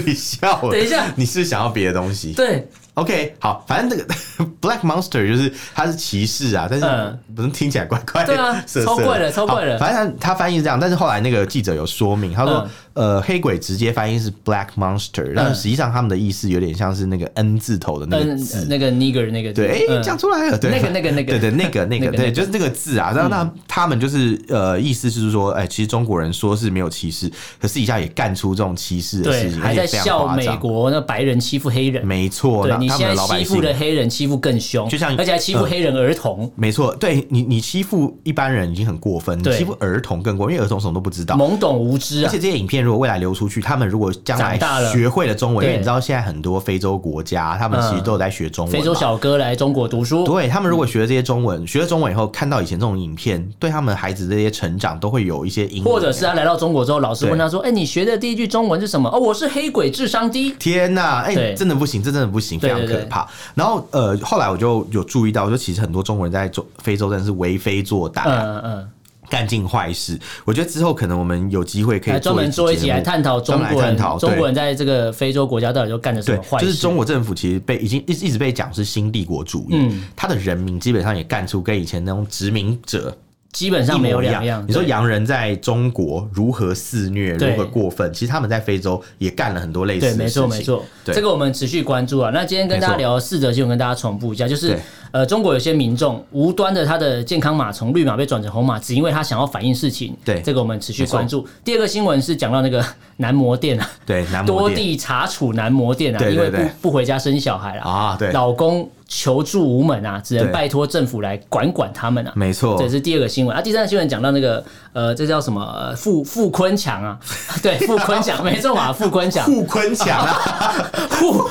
[SPEAKER 1] 你笑了，
[SPEAKER 2] 等一下
[SPEAKER 1] 你是不是想要别的东西
[SPEAKER 2] 对，
[SPEAKER 1] ？OK，好，反正这个 *laughs* black monster 就是它是歧视啊，但是
[SPEAKER 2] 嗯
[SPEAKER 1] 不是听起来怪怪的，
[SPEAKER 2] 对啊
[SPEAKER 1] 色色
[SPEAKER 2] 超怪的超怪的
[SPEAKER 1] 好
[SPEAKER 2] 嗯
[SPEAKER 1] 反正他他翻译是这样，但是后来那个记者有说明，他说、呃黑鬼直接翻译是 black monster，但实际上他们的意思有点像是那个 N 字头的那个
[SPEAKER 2] 嗯
[SPEAKER 1] 字，，
[SPEAKER 2] 那个 nigger 那个字，
[SPEAKER 1] 对，哎、
[SPEAKER 2] 嗯
[SPEAKER 1] 讲出来了，对，
[SPEAKER 2] 那个那个那个
[SPEAKER 1] 对对，那个那
[SPEAKER 2] 那
[SPEAKER 1] 个，
[SPEAKER 2] 个那
[SPEAKER 1] 对，
[SPEAKER 2] 个嗯
[SPEAKER 1] 就是那个字啊。然后那他们就是呃，意思是说，哎，其实中国人说是没有歧视，可私底下也干出这种歧视的事
[SPEAKER 2] 对，
[SPEAKER 1] 情，而
[SPEAKER 2] 还
[SPEAKER 1] 且
[SPEAKER 2] 在
[SPEAKER 1] 非常
[SPEAKER 2] 笑
[SPEAKER 1] 夸
[SPEAKER 2] 美
[SPEAKER 1] 张
[SPEAKER 2] 国那白人欺负黑人，
[SPEAKER 1] 没错，
[SPEAKER 2] 对
[SPEAKER 1] 那
[SPEAKER 2] 你
[SPEAKER 1] 他们
[SPEAKER 2] 现
[SPEAKER 1] 的
[SPEAKER 2] 在
[SPEAKER 1] 老百
[SPEAKER 2] 欺负
[SPEAKER 1] 姓。
[SPEAKER 2] 的黑人欺负更凶，
[SPEAKER 1] 就像
[SPEAKER 2] 而且还欺负
[SPEAKER 1] 嗯
[SPEAKER 2] 黑人儿童，
[SPEAKER 1] 没错，对你，你欺负一般人已经很过分，你
[SPEAKER 2] 对
[SPEAKER 1] 欺负儿童更过分，因为儿童什么都不知道，
[SPEAKER 2] 懵懂无知
[SPEAKER 1] 而
[SPEAKER 2] 啊
[SPEAKER 1] 且。这些影片如果未来流出去，他们如果将来
[SPEAKER 2] 长大了
[SPEAKER 1] 学会了中文，因为
[SPEAKER 2] 对嗯
[SPEAKER 1] 你知道现在很多非洲国家，他们其实都有在学中文嘛、
[SPEAKER 2] 非洲小哥来中国读书，
[SPEAKER 1] 对他们如果学了这些中文，学了中文以后，看到以前这种影片，对他们孩子这些成长都会有一些影响。
[SPEAKER 2] 或者是他来到中国之后，老师
[SPEAKER 1] 对
[SPEAKER 2] 问他说：“哎、你学的第一句中文是什么？”哦，我是黑鬼，智商低。
[SPEAKER 1] 天呐，哎、
[SPEAKER 2] 对
[SPEAKER 1] 真的不行，这真的不行，非
[SPEAKER 2] 对
[SPEAKER 1] 常可怕。然后呃，后来我就有注意到，就其实很多中国人在中非洲真的是为非作歹、啊，
[SPEAKER 2] 嗯嗯，
[SPEAKER 1] 干尽坏事。我觉得之后可能我们有机会可
[SPEAKER 2] 来
[SPEAKER 1] 以
[SPEAKER 2] 专门做一集
[SPEAKER 1] 节目
[SPEAKER 2] 来探讨中
[SPEAKER 1] 专门
[SPEAKER 2] 国
[SPEAKER 1] 来
[SPEAKER 2] 人
[SPEAKER 1] 探讨，
[SPEAKER 2] 中
[SPEAKER 1] 对
[SPEAKER 2] 国人在这个非洲国家到底都干了什
[SPEAKER 1] 对
[SPEAKER 2] 么坏，事？
[SPEAKER 1] 就是中国政府其实被已经一直一直被讲是新帝国主义，
[SPEAKER 2] 嗯
[SPEAKER 1] 他的人民基本上也干出跟以前那种殖民者
[SPEAKER 2] 基本
[SPEAKER 1] 一
[SPEAKER 2] 上没有
[SPEAKER 1] 模一
[SPEAKER 2] 两
[SPEAKER 1] 样。你说
[SPEAKER 2] 对
[SPEAKER 1] 洋人在中国如何肆虐，
[SPEAKER 2] 对
[SPEAKER 1] 如何过分，其实他们在非洲也干了很多类似的
[SPEAKER 2] 对，
[SPEAKER 1] 事情。
[SPEAKER 2] 没错没错，
[SPEAKER 1] 对
[SPEAKER 2] 这个我们持续关注啊。那今天跟大家
[SPEAKER 1] 没错
[SPEAKER 2] 聊四则新闻，跟大家重复一下，就是
[SPEAKER 1] 对
[SPEAKER 2] 呃，中国有些民众无端的他的健康码从绿码被转成红码，只因为他想要反映事情。
[SPEAKER 1] 对
[SPEAKER 2] 这个我们持续关注。第二个新闻是讲到那个 *laughs* 男模店啊，
[SPEAKER 1] 对，南摩
[SPEAKER 2] 多
[SPEAKER 1] 店
[SPEAKER 2] 地查处男模店啊，
[SPEAKER 1] 对对
[SPEAKER 2] 因为
[SPEAKER 1] 对
[SPEAKER 2] 不不回家生小孩啦，
[SPEAKER 1] 啊，对，
[SPEAKER 2] 老公求助无门啊，只能
[SPEAKER 1] 对
[SPEAKER 2] 拜托政府来管管他们啊。
[SPEAKER 1] 没错
[SPEAKER 2] 这，是第二个新闻啊。第三个新闻讲到那个呃，这叫什么？呃傅傅坤强啊， *laughs* 对，傅坤强，没错嘛，傅坤强，
[SPEAKER 1] 护坤强啊， *laughs*
[SPEAKER 2] 傅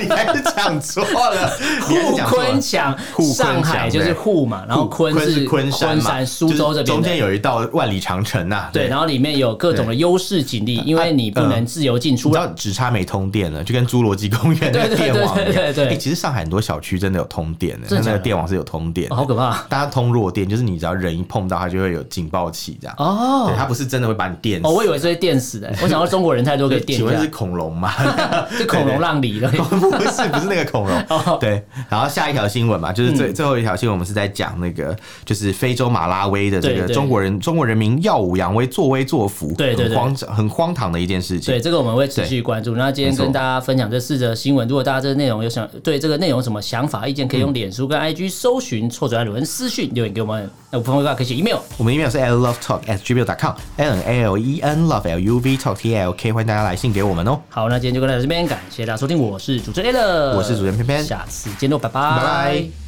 [SPEAKER 1] 你还是讲错
[SPEAKER 2] *laughs*
[SPEAKER 1] 了，你还是
[SPEAKER 2] 沪
[SPEAKER 1] 讲错了
[SPEAKER 2] 昆强，
[SPEAKER 1] 沪昆
[SPEAKER 2] 上
[SPEAKER 1] 强
[SPEAKER 2] 海就是
[SPEAKER 1] 对
[SPEAKER 2] 沪嘛，然后
[SPEAKER 1] 护
[SPEAKER 2] 昆
[SPEAKER 1] 是
[SPEAKER 2] 昆
[SPEAKER 1] 昆山嘛，
[SPEAKER 2] 苏州这
[SPEAKER 1] 就是中
[SPEAKER 2] 边
[SPEAKER 1] 间
[SPEAKER 2] 的。
[SPEAKER 1] 有一道万里长城啊呐，
[SPEAKER 2] 对，然后里面有各种的优势警力，因为你不能自由进
[SPEAKER 1] 啊
[SPEAKER 2] 出啊
[SPEAKER 1] 你知
[SPEAKER 2] 啦。
[SPEAKER 1] 道只差没通电了，就跟侏罗纪公园那个电网一
[SPEAKER 2] 对对对对对
[SPEAKER 1] 样。
[SPEAKER 2] 对
[SPEAKER 1] 哎，其实上海很多小区真的有通电的，欸
[SPEAKER 2] 真的假
[SPEAKER 1] 那
[SPEAKER 2] 的
[SPEAKER 1] 个电网是有通电的
[SPEAKER 2] 哦，好可怕
[SPEAKER 1] 大家通弱电，就是你只要人一碰到它，就会有警报器这样。
[SPEAKER 2] 哦
[SPEAKER 1] 对，！它不是真的会把你电死。
[SPEAKER 2] 哦，我以为是会电
[SPEAKER 1] *laughs*
[SPEAKER 2] 死的，我想到中国人太多可以电
[SPEAKER 1] 请
[SPEAKER 2] 一
[SPEAKER 1] 问
[SPEAKER 2] 下
[SPEAKER 1] 是，恐龙
[SPEAKER 2] *laughs*
[SPEAKER 1] 吗？
[SPEAKER 2] 是恐龙让
[SPEAKER 1] *laughs*
[SPEAKER 2] 梨了。
[SPEAKER 1] 不是，不是那个恐
[SPEAKER 2] *laughs* 哦嗯
[SPEAKER 1] 龙。对，然后下一条新闻嘛，就是最、最后一条新闻，我们是在讲那个就是非洲马拉威的这
[SPEAKER 2] 对
[SPEAKER 1] 个
[SPEAKER 2] 对
[SPEAKER 1] 中国人中国人民耀武扬威、作威作福，
[SPEAKER 2] 对对
[SPEAKER 1] 很
[SPEAKER 2] 对
[SPEAKER 1] 荒很荒唐的一件事情。
[SPEAKER 2] 对，这个我们会持续关注。那今天
[SPEAKER 1] 没错
[SPEAKER 2] 跟大家分享这四则新闻，如果大家这个内容有想对这个内容有什么想法、意见，可以用脸书跟 IG 搜寻“臭嘴艾伦”私讯留言给我们。那我朋友的话可以写 email。
[SPEAKER 1] 我们的 email 是 l love talk at gmail com l n a l e n love l u v talk t l k，欢迎大家来信给我们哦。
[SPEAKER 2] 好，那今天就跟大家到这边，感谢大家收听，我是主持人 a l
[SPEAKER 1] 我是主持人偏偏
[SPEAKER 2] 下次见喽，拜拜，
[SPEAKER 1] 拜拜。